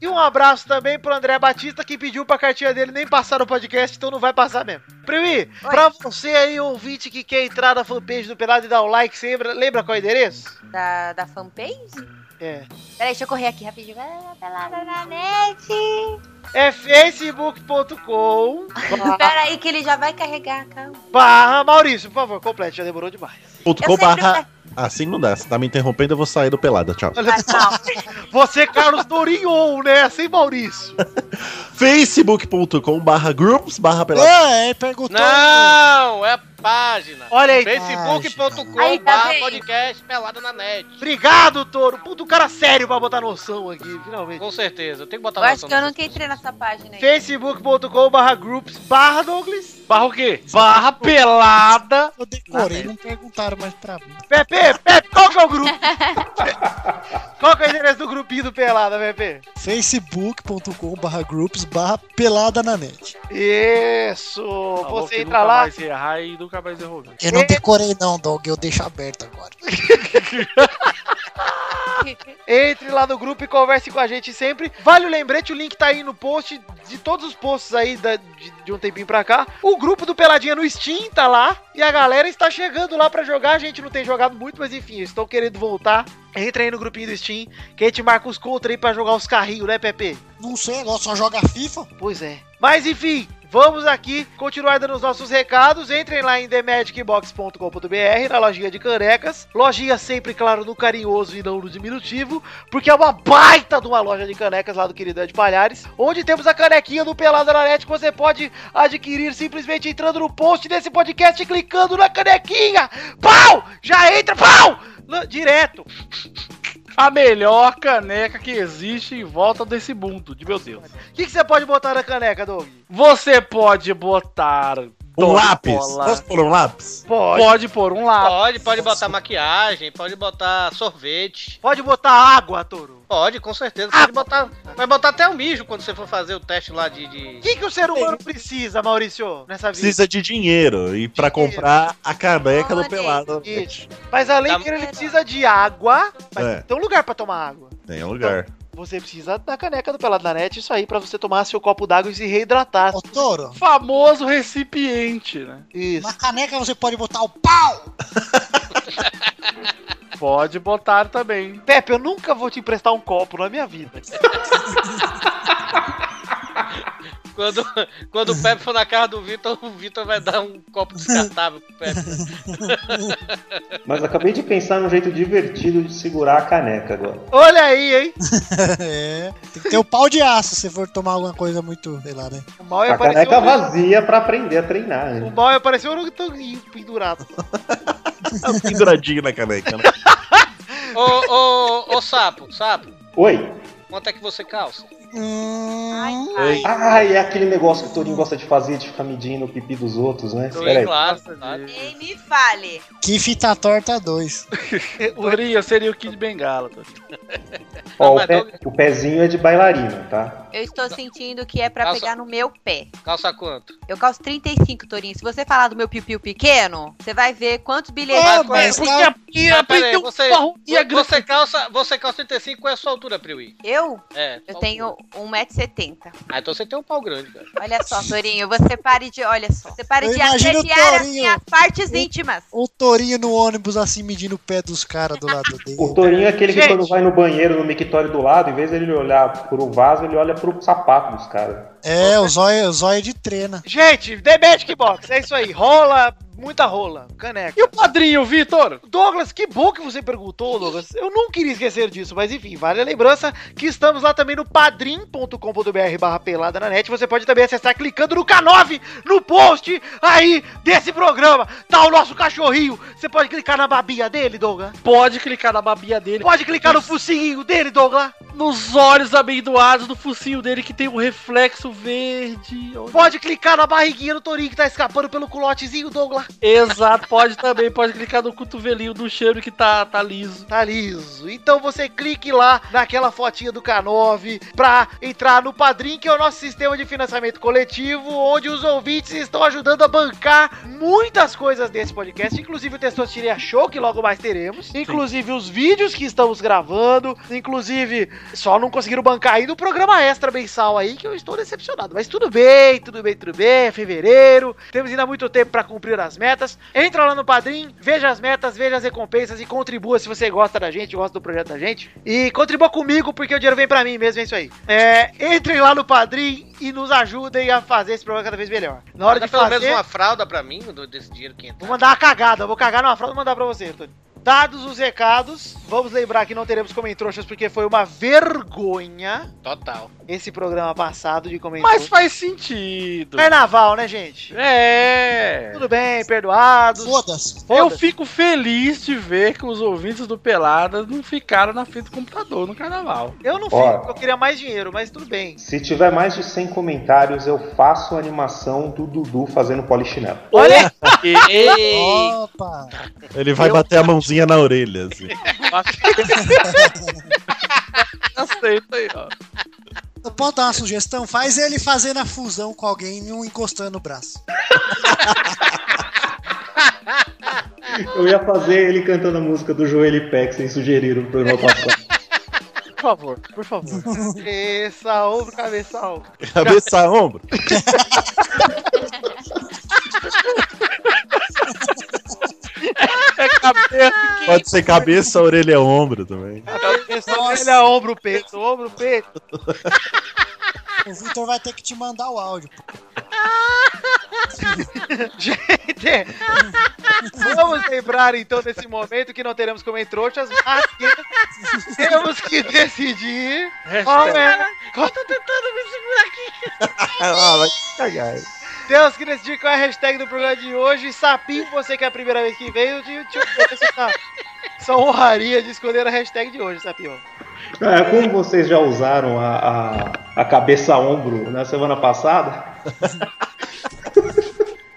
S10: E um abraço também pro André Batista, que pediu pra cartinha dele nem passar no podcast, então não vai passar mesmo. Primi, pra você aí, ouvinte que quer entrar na fanpage do Pelado e dar o like, você lembra, lembra qual é o endereço?
S13: Da, da fanpage?
S10: É.
S13: Peraí, deixa eu correr aqui rapidinho. Ah, Pelada na net.
S10: É facebook.com
S13: Peraí que ele já vai carregar, calma.
S10: barra Maurício, por favor, complete, já demorou demais.
S7: Ponto
S13: Eu
S7: com
S13: sempre
S7: barra. Assim não dá, você tá me interrompendo, eu vou sair do pelada, tchau.
S10: *laughs* Você, Carlos Dourinho, né? Sem Maurício.
S7: facebook.com barra groups barra pelada.
S3: É, ele perguntou.
S8: Não, é a página.
S10: Olha aí,
S8: facebook.com
S13: tá
S8: podcast pelada na net.
S10: Obrigado, Toro. Puta, um cara sério pra botar noção aqui, finalmente.
S8: Com certeza, eu tenho que botar
S13: Eu acho que eu nunca entrei nessa página aí.
S10: facebook.com barra groups barra Douglas
S5: barra o quê?
S10: barra pelada
S3: eu decorei não perguntaram mais pra mim
S10: Pepe, Pepe, qual que é o grupo? *laughs* qual que é o endereço do grupinho do Pelada, Pepe?
S3: facebook.com barra groups barra pelada na net
S10: Isso,
S5: Falou que
S10: você entra
S5: nunca
S10: lá
S5: mais ia errar e nunca mais errou. né? mesmo.
S3: eu não decorei não Dog eu deixo aberto agora
S10: *laughs* Entre lá no grupo e converse com a gente sempre. Vale o lembrete, o link tá aí no post, de todos os posts aí da- de, de um tempinho pra cá. O grupo do Peladinha no Steam tá lá e a galera está chegando lá pra jogar. A gente não tem jogado muito, mas enfim, eu estou querendo voltar. Entra aí no grupinho do Steam, que a gente marca os contra aí pra jogar os carrinhos, né, Pepe?
S3: não sei agora só joga FIFA
S10: Pois é. Mas enfim, vamos aqui continuar dando os nossos recados. Entrem lá em TheMagicBox.com.br, na lojinha de canecas. Lojinha sempre, claro, no carinhoso e não no diminutivo, porque é uma baita de uma loja de canecas lá do querido Ed Palhares, onde temos a canequinha do Pelado na Net que você pode adquirir simplesmente entrando no post desse podcast e clicando na canequinha. Pau! Já entra, pau! Lan- Direto.
S5: A melhor caneca que existe em volta desse mundo, de meu Deus.
S10: O que, que você pode botar na caneca, Doug?
S5: Você pode botar.
S7: Um
S5: Dona
S7: lápis.
S5: Cola.
S7: Posso pôr um lápis?
S10: Pode.
S5: Pode pôr um lápis.
S8: Pode, pode botar maquiagem, pode botar sorvete.
S10: Pode botar água, Toro.
S8: Pode, com certeza.
S10: Ah,
S8: Pode botar. Vai botar até o mijo quando você for fazer o teste lá de. de-
S10: O que, que o ser humano precisa, Maurício, nessa vida?
S7: Precisa de dinheiro e pra comprar a caneca do pelada.
S10: Isso. Mas além que ele precisa de água, mas
S7: É.
S10: tem um lugar pra tomar água.
S7: Tem um lugar. *laughs*
S10: Você precisa da caneca do Pelado na Net, isso aí, pra você tomar seu copo d'água e se reidratar. Ô,
S3: touro.
S5: Famoso recipiente, né?
S10: Isso.
S3: Na caneca você pode botar o pau!
S5: Pode botar também.
S10: Pepe, eu nunca vou te emprestar um copo na minha vida.
S8: Quando, quando *laughs* o Pepe for na casa do Vitor, o Vitor vai dar um copo descartável pro Pepe.
S9: *laughs*
S8: *laughs*
S9: Mas acabei de pensar num jeito divertido de segurar a caneca agora.
S10: Olha aí, hein?
S3: *laughs* é, tem que ter o pau de aço se for tomar alguma coisa muito, sei lá, né?
S10: O mal
S9: A caneca vazia pra aprender a treinar.
S10: O
S9: né?
S10: mal apareceu um orangotanguinho pendurado.
S7: Penduradinho na caneca, né?
S8: Ô, ô, ô, sapo, sapo,
S9: Oi.
S8: quanto é que você calça?
S9: Ai, é aquele negócio que o Torinho gosta de fazer, de ficar medindo o pipi dos outros,
S5: Então,
S9: né? Espera aí.
S8: claro,
S4: E me fale.
S3: Que fita torta 2.
S5: Urinha seria o Kid Bengala.
S9: *laughs*
S5: tá?
S9: Ó, o, pé- o pezinho é de bailarina, tá?
S4: Eu estou sentindo que é pra
S8: Calça-
S4: pegar no meu pé.
S8: Calça quanto?
S4: Eu calço 35, Torinho. Se você falar do meu piu-piu pequeno, você vai ver quantos
S10: é
S4: bilhetes...
S8: Ah,
S4: eu
S8: mas
S4: tenho.
S8: lá- Mas peraí, você,
S10: um
S8: você, calça, você calça 35, qual é a sua altura, Priui?
S4: Eu?
S8: É.
S4: Eu tenho 1,70m.
S8: Ah, então você tem um pau grande, cara.
S4: Olha só, Torinho, você pare de. Olha só. Você pare
S3: Eu
S4: de
S3: imagino o
S4: assediar as
S3: Torinho.
S4: minhas partes íntimas.
S3: O tourinho no ônibus assim medindo o pé dos caras do lado dele.
S9: O Torinho é aquele
S3: Gente.
S9: que quando vai no banheiro, no mictório do lado, em vez dele olhar pro vaso, ele olha pro sapato dos caras.
S3: É, o zóio, o zóio de trena.
S10: Gente, The Magic Box, é isso aí. Rola, muita rola. Caneca.
S5: E o padrinho, Vitor?
S10: Douglas, que bom que você perguntou, Douglas. Eu não queria esquecer disso, mas enfim, vale a lembrança que estamos lá também no padrim.com.br barra pelada na net. Você pode também acessar clicando no K9, no post aí desse programa. Tá o nosso cachorrinho. Você pode clicar na babinha dele, Douglas.
S5: Pode clicar na babinha dele.
S10: Pode clicar no focinho dele, Douglas.
S5: Nos olhos amendoados do focinho dele que tem um reflexo verde. Olha.
S10: Pode clicar na barriguinha do Torinho que tá escapando pelo culotezinho, Douglas.
S5: Exato, pode também, pode clicar no cotovelinho do cheiro que tá, tá liso.
S10: Tá liso. Então você clique lá naquela fotinha do K9 pra entrar no Padrim, que é o nosso sistema de financiamento coletivo, onde os ouvintes estão ajudando a bancar muitas coisas desse podcast, inclusive o Testosteria Show, que logo mais teremos, inclusive os vídeos que estamos gravando, inclusive só não conseguiram bancar ainda o programa extra mensal aí, que eu estou decepcionado. Mas tudo bem, tudo bem, tudo bem, é fevereiro, temos ainda muito tempo pra cumprir as metas. Entra lá no Padrim, veja as metas, veja as recompensas e contribua se você gosta da gente, gosta do projeto da gente. E contribua comigo, porque o dinheiro vem pra mim mesmo, é isso aí. É, entrem lá no Padrim e nos ajudem a fazer esse programa cada vez melhor. Na hora
S8: Dá
S10: de
S8: pelo
S10: fazer,
S8: menos uma fralda pra mim, do- desse dinheiro que entra.
S10: vou mandar uma cagada, vou cagar numa fralda e mandar pra você, Antônio. Dados os recados, vamos lembrar que não teremos comentroxas porque foi uma vergonha
S8: Total.
S10: esse programa passado de comentroxas.
S5: Mas faz sentido.
S10: Carnaval, né, gente?
S5: É.
S10: Tudo bem, perdoados.
S3: Foda-se.
S5: Eu fico feliz de ver que os ouvintes do Peladas não ficaram na frente do computador no carnaval.
S10: Eu não
S9: Ó.
S10: fico, porque eu queria mais dinheiro, mas tudo bem.
S9: Se tiver mais de 100 comentários, eu faço a animação do Dudu fazendo polichinelo.
S10: Olha!
S3: Opa!
S7: Ele vai bater a mãozinha na orelha, assim.
S5: Aceita aí, ó.
S3: Eu posso dar uma sugestão? Faz ele fazendo a fusão com alguém e um encostando o braço.
S9: Eu ia fazer ele cantando a música do Joel Peck sem sugerir o programa
S7: *laughs*
S9: passado.
S10: Por favor, por favor. *laughs* Cabeça, ombro, cabeça,
S5: *laughs*
S10: ombro.
S7: Cabeça, ombro.
S5: É cabeça
S7: Pode ser cabeça, orelha, ombro também.
S10: Cabeça, orelha, ombro, peito, ombro, peito.
S3: O Vitor vai ter que te mandar o áudio.
S10: *laughs* Gente, vamos lembrar então desse momento que não teremos comentroxas, mas que temos que decidir qual é. qual-
S8: tô tentando me segurar aqui.
S7: Ah, vai cagar.
S10: Temos que decidir qual é a hashtag do programa de hoje. Sapinho, você que é a primeira vez que veio, te, te, você tá. Só honraria de escolher a hashtag de hoje, Sapinho.
S9: É, como vocês já usaram a, a, a cabeça-ombro na
S7: *laughs*
S9: semana passada,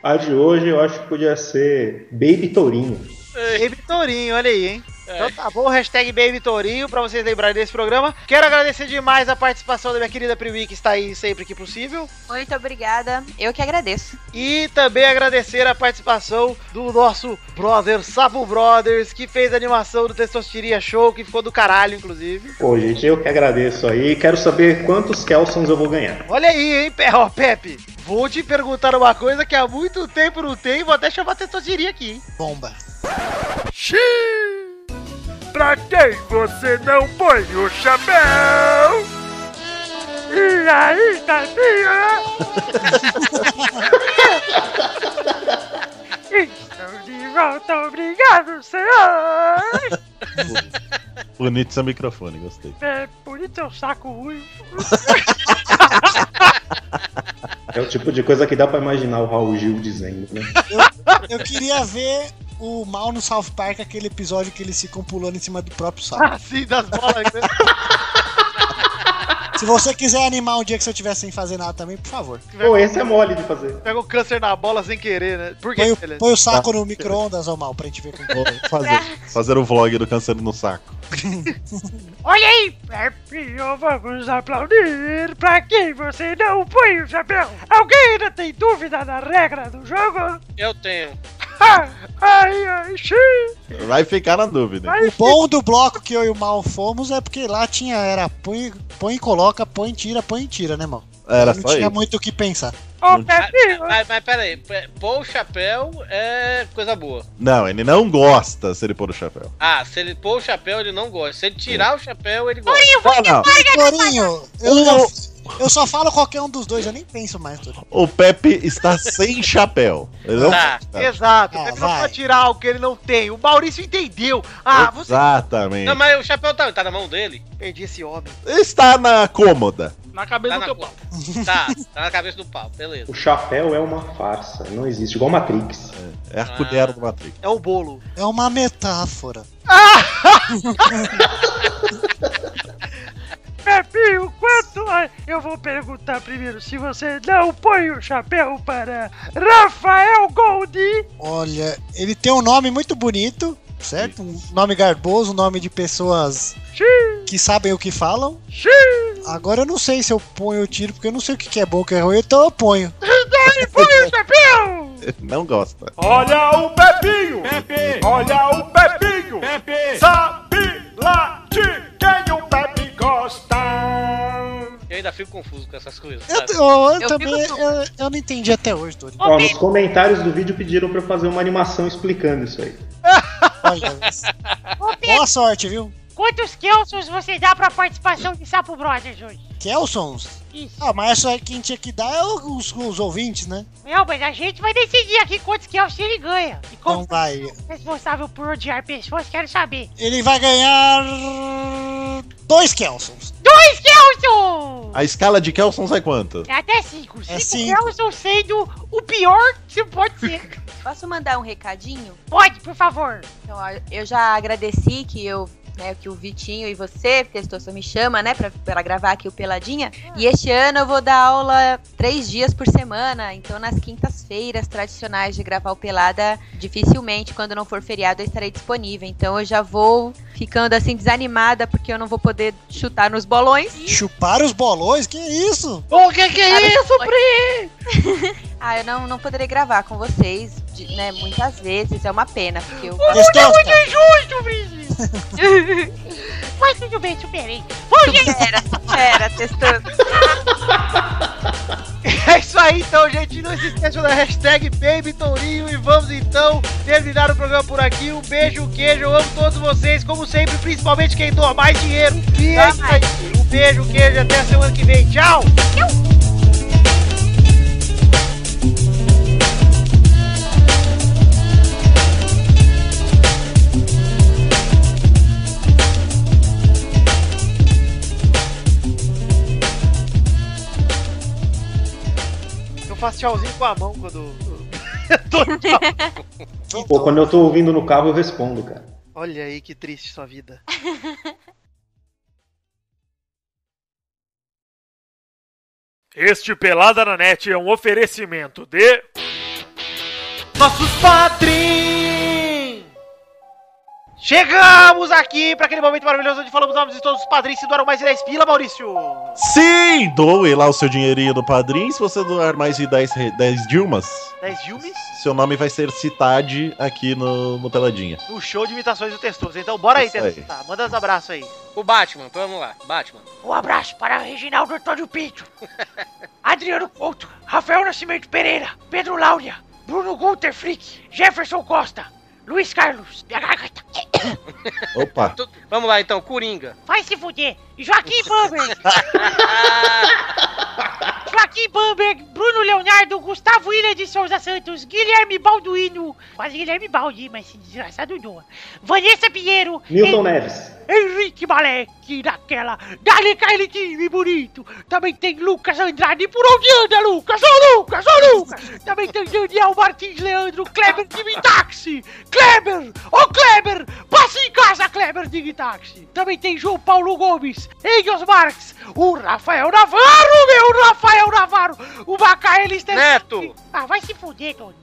S9: a de hoje eu acho que podia ser Baby Tourinho.
S10: E Vitorinho, olha aí, hein? Então tá bom, hashtag Baby Torinho pra vocês lembrarem desse programa. Quero agradecer demais a participação da minha querida Priwi, que está aí sempre que possível.
S4: Muito obrigada, eu que agradeço.
S10: E também agradecer a participação do nosso brother Sapo Brothers, que fez a animação do Testosteria Show, que ficou do caralho, inclusive.
S9: Pô, gente, eu que agradeço aí. Quero saber quantos Kelsons eu vou ganhar.
S10: Olha aí, hein, Pe ó, Pepe. Vou te perguntar uma coisa que há muito tempo não tem, vou até chamar Testosteria aqui, hein.
S3: Bomba.
S14: Pra quem você não põe o chapéu? E aí, Tadinha? Estou de volta, obrigado, senhor!
S7: Bonito seu microfone, gostei.
S14: É, bonito é um saco ruim.
S9: É o tipo de coisa que dá pra imaginar o Raul Gil dizendo, né?
S3: Eu queria ver o mal no South Park, aquele episódio que eles ficam pulando em cima do próprio saco.
S10: Assim, das bolas. né?
S3: Se você quiser animar um dia que você estiver sem fazer nada também, por favor.
S9: Pô, esse é mole de fazer.
S10: Pega o câncer na bola sem querer, né? Por
S3: Põe
S10: que,
S3: o, põe o saco no micro-ondas, ô mal, pra gente ver como é
S7: Vou fazer, fazer o vlog do câncer no saco.
S14: Olha aí, Pepinho, vamos aplaudir pra quem você não põe o chapéu. Alguém ainda tem dúvida da regra do jogo?
S8: Eu tenho.
S14: Ah, ai, ai, xiii.
S7: Vai ficar na dúvida.
S3: O bom do bloco que eu e o Mal fomos é porque lá tinha, era põe, põe e coloca, põe e tira, põe e tira, né, Mal?
S7: Era
S3: Não
S7: só
S3: tinha
S7: isso.
S3: muito o que pensar.
S14: Ô,
S8: Pepinho! tá- Ah, Mas, mas peraí, pe- pôr o chapéu é coisa boa.
S7: Não, ele não gosta se ele pôr o chapéu.
S8: Ah, se ele pôr o chapéu, ele não gosta. Se ele tirar o chapéu, ele gosta.
S7: Ah, não.
S3: Torinho, eu, não- eu só falo qualquer um dos dois, eu nem penso mais, Torinho.
S7: O Pepe está sem chapéu. Ele não
S3: Tá.
S10: Exato,
S3: Ah,
S10: Pepe não
S3: vai.
S10: pode tirar o que ele não tem. O Maurício entendeu. Ah, você
S7: Exatamente.
S8: Não, mas o chapéu tá, tá na mão dele.
S10: perdi esse homem.
S7: Está na cômoda.
S5: Na cabeça
S8: Tá
S5: do
S8: na
S5: teu
S8: cor- Tá,
S3: *laughs*
S8: tá na cabeça do pau, beleza.
S9: O chapéu é uma farsa, não existe. Igual Matrix.
S7: É a colher do Matrix.
S10: É o bolo.
S3: É uma metáfora.
S14: Pepinho, quanto. a- Eu vou perguntar primeiro se você não põe o chapéu para Rafael Goldi.
S3: Olha, ele tem um nome muito bonito, certo? Um nome garboso, um nome de pessoas que sabem o que falam. Agora eu não sei se eu ponho ou tiro, porque eu não sei o que que é bom, o que é ruim, então eu ponho.
S14: Dani, põe o chapéu!
S7: Ele não gosta.
S14: Olha o Pepinho! Pepe! Olha o Pepinho! Pepe! Sabe lá de quem o Pepe gosta!
S8: Eu ainda fico confuso com essas coisas.
S3: Eu,
S8: sabe?
S3: eu- eu também eu, eu não entendi até hoje, Torinho.
S9: Ó, nos comentários do vídeo pediram pra eu fazer uma animação explicando isso
S7: *laughs*
S9: aí.
S3: Boa sorte, viu?
S11: Quantos Kelsons você dá pra participação de Sapo Brothers hoje?
S3: Kelsons? Ah, mas essa aí quem tinha que dar é os, os ouvintes, né?
S11: Não, mas a gente vai decidir aqui quantos Kelsons ele ganha. E como
S3: Então vai.
S11: responsável por odiar pessoas, quero saber.
S3: Ele vai ganhar. Dois Kelsons.
S11: Dois Kelsons!
S7: A escala de Kelson sai quanto?
S11: É Até cinco.
S3: É
S11: cinco Kelsons sendo o pior que se pode ser.
S4: *laughs* Posso mandar um recadinho?
S11: Pode, por favor.
S4: Então, ó, eu já agradeci que eu. Né, que o Vitinho e você, Testoso, me chama, né, pra, pra gravar aqui o Peladinha. E este ano eu vou dar aula três dias por semana, então nas quintas-feiras tradicionais de gravar o Pelada, dificilmente, quando não for feriado, eu estarei disponível. Então eu já vou ficando assim desanimada, porque eu não vou poder chutar nos bolões.
S3: Chupar os bolões? Que isso?
S10: O que que
S4: Cara,
S10: é isso,
S4: foi-
S10: Pri?
S4: *laughs* Ah, eu não, não poderei gravar com vocês, de- né, muitas vezes, é uma pena, porque eu...
S3: mundo é muito
S11: injusto, Brizinho. Mas tudo bem, superei. Bom,
S4: *laughs*
S11: gente,
S4: Pera, pera, testando.
S10: *laughs* É isso aí, então, gente. Não se esqueçam da hashtag BabyTourinho. E vamos, então, terminar o programa por aqui. Um beijo, um queijo. Eu amo todos vocês, como sempre. Principalmente quem doa mais dinheiro. E é isso aí. Um beijo, um queijo. e Até a semana que vem. Tchau. Eu faço tchauzinho com a mão quando. Eu *laughs* tô tchau.
S9: Pô, quando eu tô ouvindo no carro, eu respondo, cara.
S10: Olha aí que triste sua vida.
S14: Este Pelada na Net é um oferecimento de.
S10: Nossos patrins! Chegamos aqui para aquele momento maravilhoso onde falamos nomes de todos os padrinhos que doaram mais de 10 pila, Maurício.
S7: Sim, doe lá o seu dinheirinho do padrinho. Se você doar mais de 10, re- 10 Dilmas,
S10: 10 Dilmes
S7: seu nome vai ser citado aqui no, no Peladinha.
S10: no show de imitações do Testoso. Então bora aí,
S7: Isso aí.
S10: Testoso. Tá, manda os abraços aí.
S8: O Batman, vamos lá, Batman.
S14: Um abraço para Reginaldo
S8: *laughs*
S14: Antônio Pinto, Adriano Couto, Rafael Nascimento Pereira, Pedro Laura, Bruno Gunter Frick, Jefferson Costa, Luiz Carlos. Minha garganta.
S8: *laughs*
S7: Opa.
S8: Tu- Vamos lá então, Coringa.
S11: Vai se fuder. Joaquim Bamberg. Joaquim Bamberg, Bruno Leonardo, Gustavo Ilha de Souza Santos, Guilherme Balduino, quase Guilherme Baldi, mas esse desgraçado doa. Vanessa Pinheiro.
S9: Milton
S11: Hen-
S9: Neves.
S11: Henrique Malek, daquela. Dali aquele time bonito. Também tem Lucas Andrade. Por onde anda, Lucas? Ô, Lucas, ô, Lucas. Também tem Daniel Martins Leandro, Kleber Digitaxi. Kleber, ô, Kleber. Passa em casa, Kleber Digitaxi. Também tem João Paulo Gomes, Engels Marx, o Rafael Navarro, meu Rafael Navarro. O Macael
S5: Né?
S11: *laughs*
S8: Neto.
S11: Ah, vai se fuder, Tony.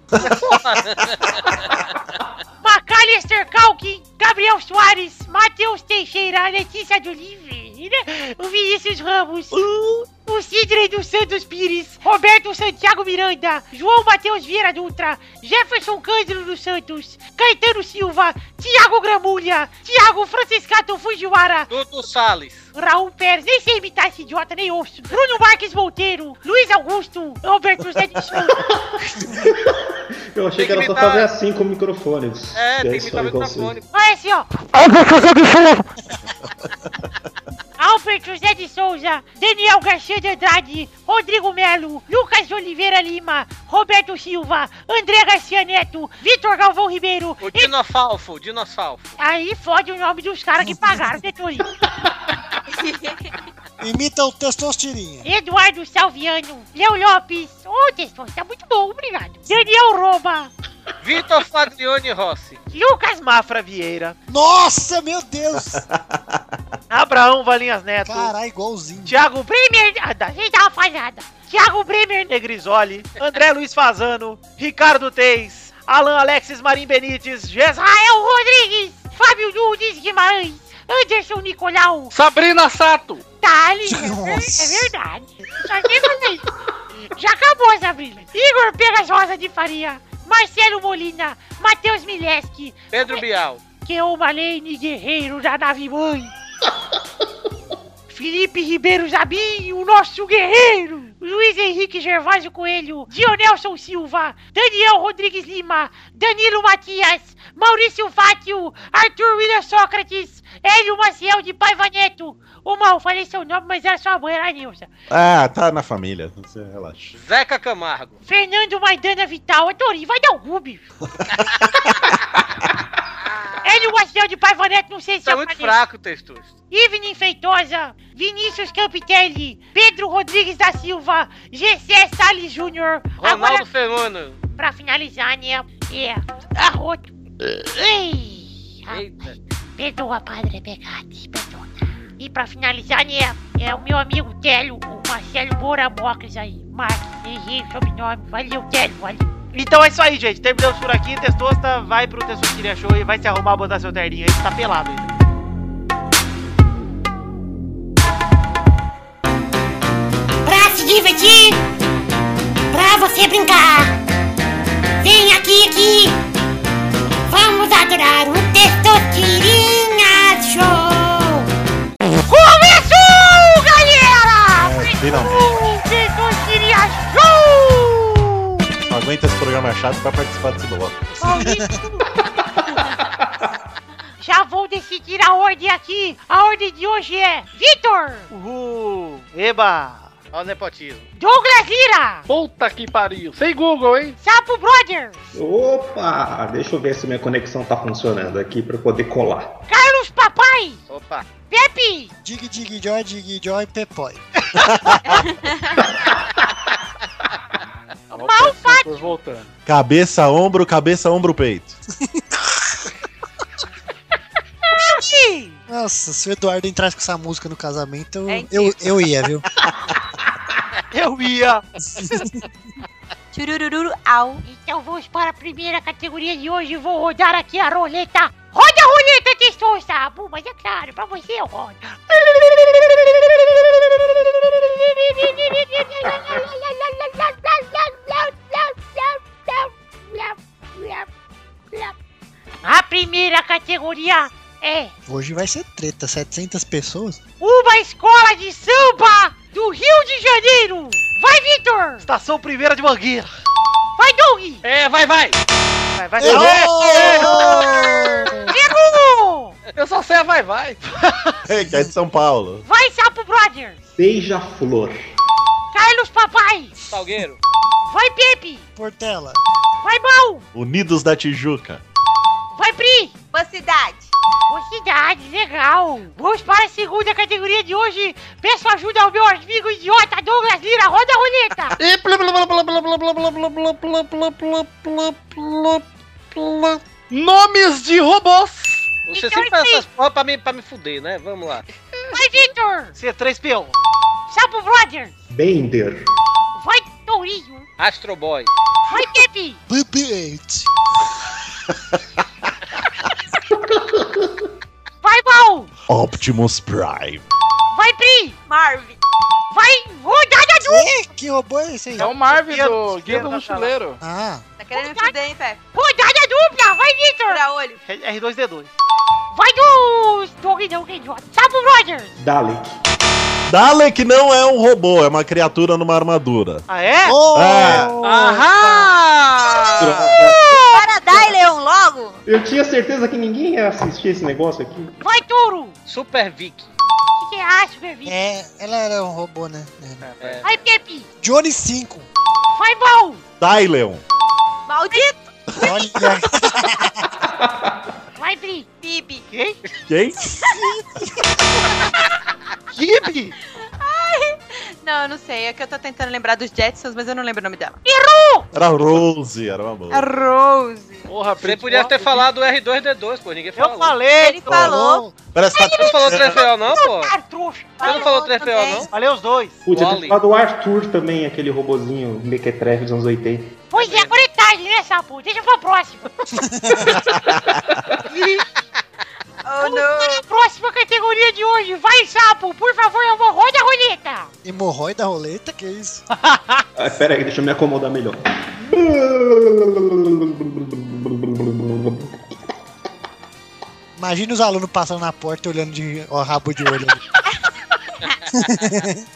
S11: Macalister Calkin, Gabriel Soares, Matheus Teixeira, Letícia de Oliveira, o Vinícius Ramos, o Sidney dos Santos Pires, Roberto Santiago Miranda, João Matheus Vieira Dutra, Jefferson Cândido dos Santos, Caetano Silva, Tiago Gramulha, Tiago Franciscato Fujiwara,
S8: Dudu Salles.
S11: Raul Pérez, nem sei imitar esse idiota, nem ouço. Bruno Marques Monteiro, Luiz Augusto, Alberto José de Souza.
S9: Eu achei que
S11: Tem que
S9: era só
S11: imitar-
S9: fazer assim com o microfone.
S11: É, tem que
S9: só
S11: imitar o
S9: igual
S11: microfone.
S9: vocês.
S11: Olha assim, ó. Albert José de Souza, Daniel Garcia de Andrade, Rodrigo Melo, Lucas de Oliveira Lima, Roberto Silva, André Garcia Neto, Vitor Galvão Ribeiro.
S8: O Dinossalfo, Dinossalfo.
S11: Aí fode o nome dos caras que pagaram, né, Torinho?
S3: Imita o Testosterinha.
S11: Eduardo Salviano, Léo Lopes, ô, Testor, tá muito bom, obrigado. Daniel Roma,
S8: Vitor Fadrione Rossi.
S10: Lucas Mafra Vieira.
S3: Nossa, meu Deus!
S10: *laughs* Abraão Valinhas Neto.
S3: Caralho, igualzinho.
S10: Thiago Bremer. Ah, da gente tava falhada.
S11: Thiago Bremer
S10: Negrisoli. André Luiz Fazano. Ricardo Teis. Alan Alexis Marim Benites. Jesael
S11: Rodrigues. Fábio Nunes Guimarães, Anderson Nicolau,
S5: Sabrina Sato.
S11: Tá ali, é ver- é verdade. Só que também. Já acabou, Sabrina. Igor Pegajosa de Faria, Marcelo Molina, Matheus Mileski,
S8: Pedro Bial.
S11: que é o Malene Guerreiro da Nave Mãe. Felipe Ribeiro Zabim, o nosso guerreiro! Luiz Henrique Gervásio Coelho, Dionelson Silva, Daniel Rodrigues Lima, Danilo Matias, Maurício Fátio, Arthur William Sócrates, Hélio Maciel de Paiva Neto. Ô, mal, falei seu nome, mas era sua mãe, era a Nilza.
S7: Ah, tá na família. Você relaxa.
S8: Zeca Camargo.
S11: Fernando Maidana Vital, é Torinho, vai dar o
S8: *laughs*
S11: cu, bicho. Hélio Maciel de Paiva Neto, não sei se
S8: Tá
S11: eu
S8: muito
S11: falei.
S8: fraco o texto.
S11: Ivne Feitosa, Vinícius Campitelli, Pedro Rodrigues da Silva, GC Salles Júnior.
S8: Ronaldo Fenômeno.
S11: pra finalizar, né? É, arroto. Ei,
S8: Eita.
S11: perdoa, Padre Begatti, perdoa. E pra finalizar, né? É o meu amigo Télio, o Marcelo Moura Mocres aí. Marcos, errei o sobrenome. Valeu, Télio, valeu.
S10: Então é isso aí, gente. Terminamos por aqui. Testosta vai pro Testosteria Show e vai se arrumar, botar seu terninho aí. Tá pelado ainda.
S11: Pra se divertir, pra você brincar. Vem aqui, aqui. Vamos adorar o Testosterinha Show. Começou, galera!
S7: Finalmente.
S11: O Testosterinha Show!
S7: Não aguenta esse programa é chato pra participar desse bloco.
S11: *laughs* Já vou decidir a ordem aqui. A ordem de hoje é Vitor,
S10: Uhul. Eba.
S5: Olha o nepotismo.
S11: Douglas Lira,
S5: Puta que pariu. Sem Google, hein? *laughs*
S11: Sapo Brother,
S9: Opa! Deixa eu ver se minha conexão tá funcionando aqui pra eu poder colar.
S11: Carlos Papai,
S8: Opa.
S11: Pepe,
S3: Dig, dig, joy, dig, joy,
S11: *laughs*
S3: pepoy.
S5: Malfático. Voltando.
S7: Cabeça, ombro, cabeça, ombro,
S3: *laughs*
S7: peito.
S3: Nossa, se o Eduardo entrasse com essa música no casamento, eu, eu, eu ia, viu?
S10: Eu ia.
S11: Turururu, au. Então vamos para a primeira categoria de hoje. Vou rodar aqui a roleta. Roda a roleta, força, Abu, mas é claro, pra você eu rodo. A primeira categoria é
S3: Hoje vai ser treta, 700 pessoas.
S11: uma escola de samba do Rio de Janeiro. Vai, Vitor!
S10: Estação primeira de Mangueira.
S11: Vai, Doug!
S5: É, vai, vai!
S10: Vai, vai,
S5: Errou!
S11: Diego!
S5: Eu só sei a vai, vai.
S7: É, que é de São Paulo.
S11: Vai, Sapo Brother!
S9: Beija-flor.
S11: Carlos Papai!
S5: Salgueiro!
S11: Vai, Pepe!
S3: Portela!
S11: Vai, Mal!
S7: Unidos da Tijuca.
S11: Vai, Pri!
S4: Boa cidade!
S11: Boa cidade, legal! Vamos para a segunda categoria de hoje. Peço ajuda ao meu amigo idiota Douglas Lira. Roda a roleta!
S5: Nomes de robôs.
S8: Você sempre faz essas porra pra me, pra me fuder, né? Vamos lá.
S11: Vai, Vitor!
S4: é
S10: C3PO.
S11: Sapo Brother!
S9: Bender.
S11: Vai, Tourinho!
S8: Astro Boy.
S11: Vai, Pepe!
S3: BB-8.
S11: Vai, Mal!
S7: Optimus Prime.
S11: Vai, Pri! Marvin! Vai, rodada
S3: dupla! Que robô é esse aí?
S2: É o Marvin do Guia do Mochileiro.
S3: Ah,
S4: Tá querendo me fuder, hein, Pepe?
S11: Rodada dupla! Vai, Vitor!
S4: Pra olho.
S10: R2D2.
S11: Vai, do... Doug não, que idiota! Sapo Brother!
S7: Dalek. Dalek não é um robô, é uma criatura numa armadura.
S10: Ah, é?
S7: É.
S10: Aham!
S4: Para dar, Leon, logo!
S9: Eu tinha certeza que ninguém ia assistir esse negócio aqui.
S11: Vai, Touro!
S8: Super Vic.
S11: O que você acha, Pepe?
S3: é, ela era um robô, né?
S8: É.
S11: Vai, Pepe!
S3: Johnny 5.
S11: Vai, Mal!
S7: Dylion.
S4: Maldito!
S3: Olha.
S11: Vai, Pri!
S4: Bibi!
S10: Quem?
S7: Quem?
S10: Gibi?
S4: Ai! Não, eu não sei. É que eu tô tentando lembrar dos Jetsons, mas eu não lembro o nome dela.
S11: Errou!
S7: Era Rose, era uma boa.
S4: A Rose.
S5: Porra,
S8: Você podia ter falado R2D2, pô. Ninguém falou.
S10: Eu falei!
S4: Ele falou.
S7: Parece que tá-
S8: Você não falou 3PO, não, pô?
S11: Cara, trouxa!
S8: Você não falou
S11: É.
S8: 3PO, não?
S10: Falei os dois.
S9: Putz, eu tenho
S8: Wally.
S9: que falar do Arthur também, aquele robozinho mequetrefe dos anos 80.
S11: Pois é, agora é tarde, né, Sapo? Deixa
S9: *laughs*
S11: pra próxima!
S4: Oh,
S11: Vamos
S4: não.
S11: para a próxima categoria de hoje! Vai, Sapo! Por favor, eu vou roda a roleta!
S3: Hemorroida roleta, que isso?
S9: Ah, pera aí, deixa eu me acomodar melhor.
S3: Imagina os alunos passando na porta e olhando de ó, rabo de olho.
S9: Cara,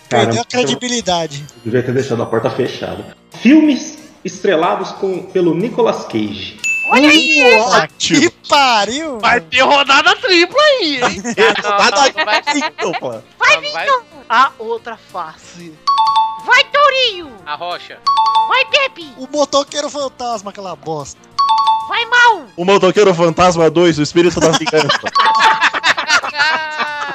S3: Perdeu a credibilidade.
S9: eu devia ter deixado a porta fechada. Filmes estrelados com, pelo Nicolas Cage.
S11: Olha aí!
S3: Nossa, que pariu!
S5: Vai ter rodada tripla aí,
S3: *laughs*
S5: hein?
S7: Nada dupla.
S11: Vai,
S8: Ah, vai.
S11: Vitor!
S10: A outra face.
S11: Vai, Tourinho!
S8: A rocha.
S11: Vai, Pepe!
S3: O motoqueiro fantasma, aquela bosta.
S11: Vai, Mal!
S7: O motoqueiro fantasma 2, o espírito da vingança. *laughs*
S11: Roda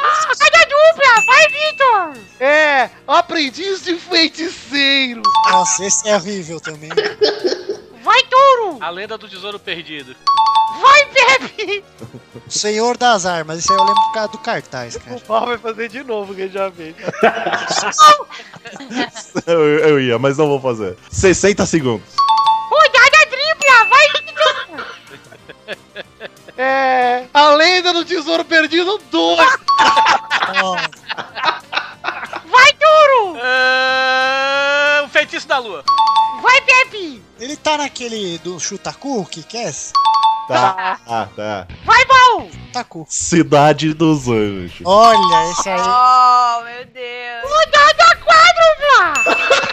S11: Ah, dupla! Vai, Vitor!
S10: É, aprendiz de feiticeiro.
S3: Nossa, esse é horrível também.
S11: Vai, Touro!
S8: A lenda do tesouro perdido.
S11: Vai, Pepe!
S3: Senhor das Armas, esse aí eu lembro por causa do cartaz, cara.
S10: O
S8: *laughs*
S10: Mal vai fazer de novo, que ele já fez.
S7: eu, eu ia, mas não vou fazer. 60 segundos.
S11: Rodada tripla! Vai, Vitor!
S10: É, a lenda do tesouro perdido 2.
S3: Nossa,
S11: Vai, Touro!
S8: Ah, o feitiço da lua.
S11: Vai, Pepe!
S3: ele tá naquele do chutacu, que que é? esse?
S7: Tá, tá, tá.
S11: Vai, Mal!
S3: Chutacu.
S7: Cidade dos Anjos.
S3: Olha, esse aí.
S4: Oh, meu Deus.
S11: Rodada quádrupla!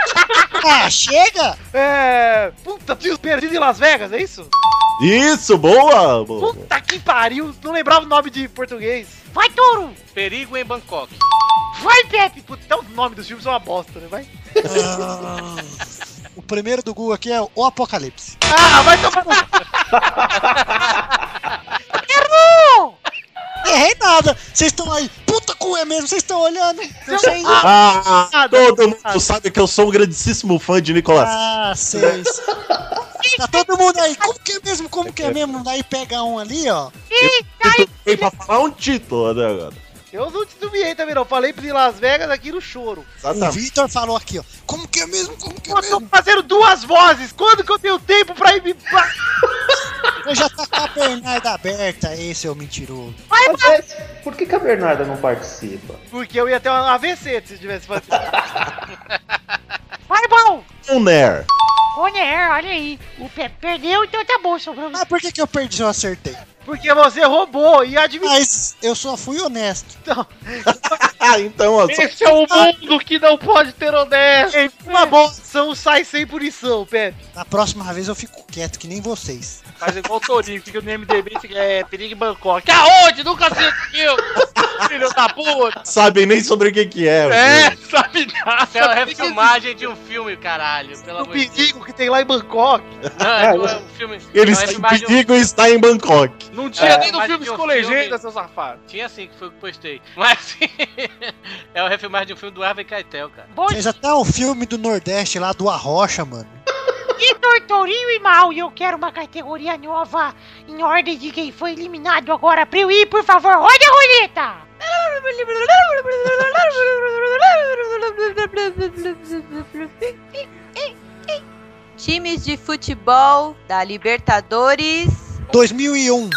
S3: *laughs* Ah, chega!
S10: É, puta, tesouro perdido em Las Vegas, é isso?
S7: Isso, boa! boa.
S10: Puta que pariu, não lembrava o nome de português.
S11: Vai, Touro!
S8: Perigo em Bangkok.
S11: Vai, Pepe!
S10: Puta, até os nomes dos filmes são uma bosta, né? Vai.
S3: Ah, o primeiro do Google aqui é o Apocalipse.
S10: Ah, vai tomar no
S11: Errou!
S3: Errei nada! Vocês estão aí, puta cu é mesmo, vocês estão olhando! Eu sei.
S7: Ah,
S10: Ah,
S7: todo
S10: não,
S7: mundo
S10: ah.
S7: sabe que eu sou um grandíssimo fã de Nicolas.
S3: Ah, seis. Tá todo mundo aí, como que é mesmo, como que é mesmo? Daí pega um ali, ó.
S11: E
S7: Eu tô pra falar um título até agora.
S10: Eu não titubeei também, não. Falei pra ir em Las Vegas aqui no choro.
S3: O
S7: Exatamente.
S3: Vitor falou aqui, ó. Como que é mesmo, como que é
S10: Pô, tô
S3: mesmo?
S10: fazendo duas vozes. Quando que eu tenho tempo pra ir me.
S3: Hoje já tá com a Bernarda aberta, esse é o mentiroso.
S9: Mas por que, que a Bernarda não participa?
S10: Porque eu ia ter um AVC se tivesse participado.
S11: Vai, bom!
S7: Um Nair.
S11: Conner, olha aí. O Pepe perdeu, então tá bom, sobrou.
S3: Ah, por que, que eu perdi se eu acertei?
S10: Porque você roubou e admitiu.
S3: Mas eu só fui honesto.
S10: Então,
S3: *laughs*
S7: Ah, então, ó. só-
S10: Esse é o mundo que não pode ter honesto. Uma boa ação sai sem punição, Pepe.
S3: Na próxima vez eu fico quieto, que nem vocês.
S5: Faz é igual o Torinho, fica no MDB, fica é, perigo em Bangkok. Que aonde? Nunca sentiu! *laughs* Filho da puta!
S7: Sabem nem sobre o que que é.
S5: É, sabe
S8: Isso é
S5: *laughs*
S8: uma
S5: nada!
S8: refilmagem de um filme, caralho. Pelo
S10: O
S8: amor de Deus.
S10: perigo que tem lá em Bangkok.
S8: Não, é um
S5: *laughs*
S8: filme.
S7: Ele
S8: é uma
S7: está em
S8: refilmagem de um-
S7: perigo e está em Bangkok.
S5: Não tinha
S8: É,
S5: nem no
S8: mas
S5: filme
S8: de um
S5: Escolegenda,
S8: filme-
S5: seu safado.
S8: Tinha sim, que foi o que postei. *laughs* Mas sim, é o refilmagem de um filme do Harvey Keitel, cara.
S3: Fez até um filme do Nordeste lá do Arrocha, mano.
S11: Vitor, Torinho e Mal, e eu quero uma categoria nova em ordem de quem foi eliminado agora pra eu ir, por favor, roda a roleta!
S10: *laughs*
S4: Times de futebol da Libertadores.
S3: 2001.
S4: *laughs*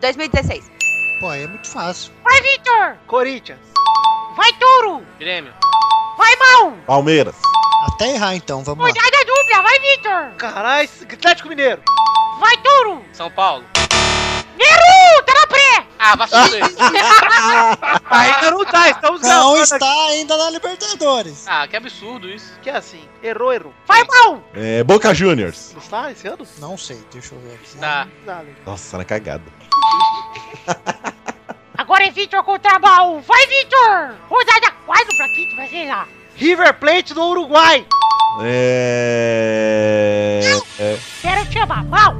S4: 2016.
S3: Pô, aí é muito fácil.
S11: Vai, Vitor!
S10: Corinthians.
S11: Vai, Touro!
S8: Grêmio.
S11: Vai, Mal!
S7: Palmeiras.
S3: Até errar então, vamos lá.
S11: Cuidado da dupla! Vai, Vitor!
S10: Caralho, Atlético Mineiro.
S11: Vai, Touro!
S8: São Paulo.
S11: Neru! Tá na pré!
S8: Ah, vai se fuder.
S10: *laughs* Ainda não tá, estamos
S3: Não está ainda na Libertadores.
S8: Ah, que absurdo isso.
S10: Que é assim, errou, errou.
S11: Vai, Mal!
S7: É, Boca Juniors.
S10: Não está esse ano?
S3: Não sei, deixa eu ver. aqui.
S8: Tá.
S7: Nossa, na cagada.
S11: *laughs* Agora é Vitor contra Mal! Vai, Vitor! Rodada quadro pra quinto, vai sei lá!
S10: River Plate do
S8: *laughs*
S10: Uruguai.
S7: É. É.
S11: Quero te chamar, Mal!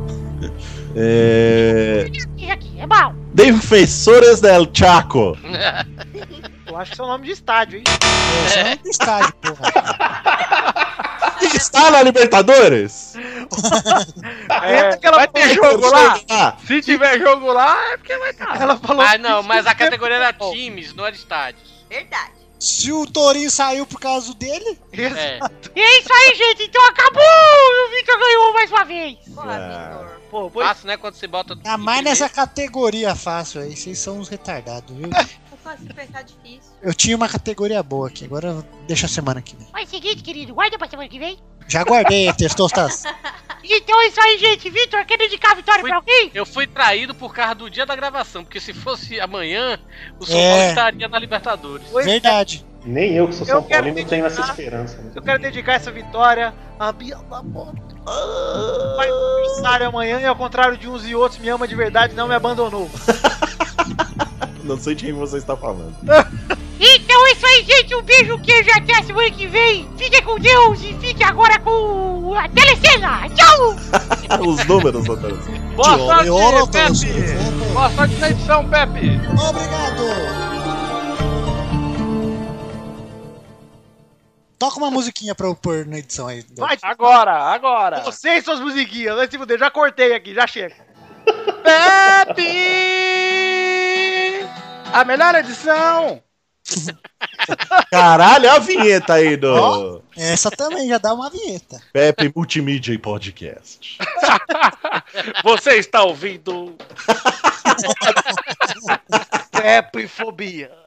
S7: é...
S11: Isso aqui é Mal!
S7: Defensores del Chaco.
S10: Eu acho que isso é o nome de estádio, hein?
S3: Esse é um estádio,
S10: *laughs*
S3: porra.
S7: Está na Libertadores?
S5: Ah,
S10: Entra aquela
S5: É, vai ter
S10: porra.
S5: jogo lá?
S7: Ah,
S5: Se tiver jogo lá, é porque vai estar.
S10: Ela falou.
S8: Ah, não, mas a categoria era times, não era estádios.
S4: Verdade.
S3: Se o Torinho saiu por causa dele,
S8: É.
S11: E é isso aí, gente! Então acabou! O Vitor ganhou um mais uma vez!
S10: Pô, pois
S8: Fácil, né? Quando você bota.
S3: ainda Tá Ah, mais nessa categoria fácil aí. Vocês são uns retardados, viu?
S4: Eu posso pensar difícil.
S3: Eu tinha uma categoria boa aqui, agora deixa a semana que vem.
S11: Mas seguinte, querido, guarda pra semana que vem.
S3: Já guardei, *laughs* Testostas.
S11: Então é isso aí, gente. Vitor, quer dedicar a vitória
S8: Fui-
S11: pra alguém?
S8: Eu fui traído por causa do dia da gravação, porque se fosse amanhã, o São
S3: É.
S8: Paulo estaria na Libertadores.
S3: Verdade.
S9: Nem eu, que sou
S10: Eu
S9: São
S10: quero
S9: Paulino, não tenho essa esperança. né?
S10: Eu quero dedicar essa vitória à Bia da Moto. Vai aniversário amanhã e ao contrário de uns e outros, me ama de verdade, não me abandonou.
S7: não sei de quem você está falando. *laughs*
S11: Então é isso aí, gente. Um beijo, queijo e até a semana que vem. Fiquem com Deus e fiquem agora com a telecena. Tchau!
S7: Os números da televisão.
S5: Boa sorte,
S3: Tchau,
S5: Pepe! Boa sorte na edição, Pepe!
S3: Obrigado. Toca uma musiquinha pra eu pôr na edição aí.
S10: Vai,
S5: Agora, agora!
S10: você e suas musiquinhas, vai se fuder, já cortei aqui, já chega.
S5: Pepe! A melhor edição!
S7: Caralho, olha a vinheta aí do
S3: Ó. Essa também já dá uma vinheta.
S7: Pepe Multimídia e Podcast.
S5: Você
S3: *laughs*
S5: está ouvindo?
S10: Pepifobia.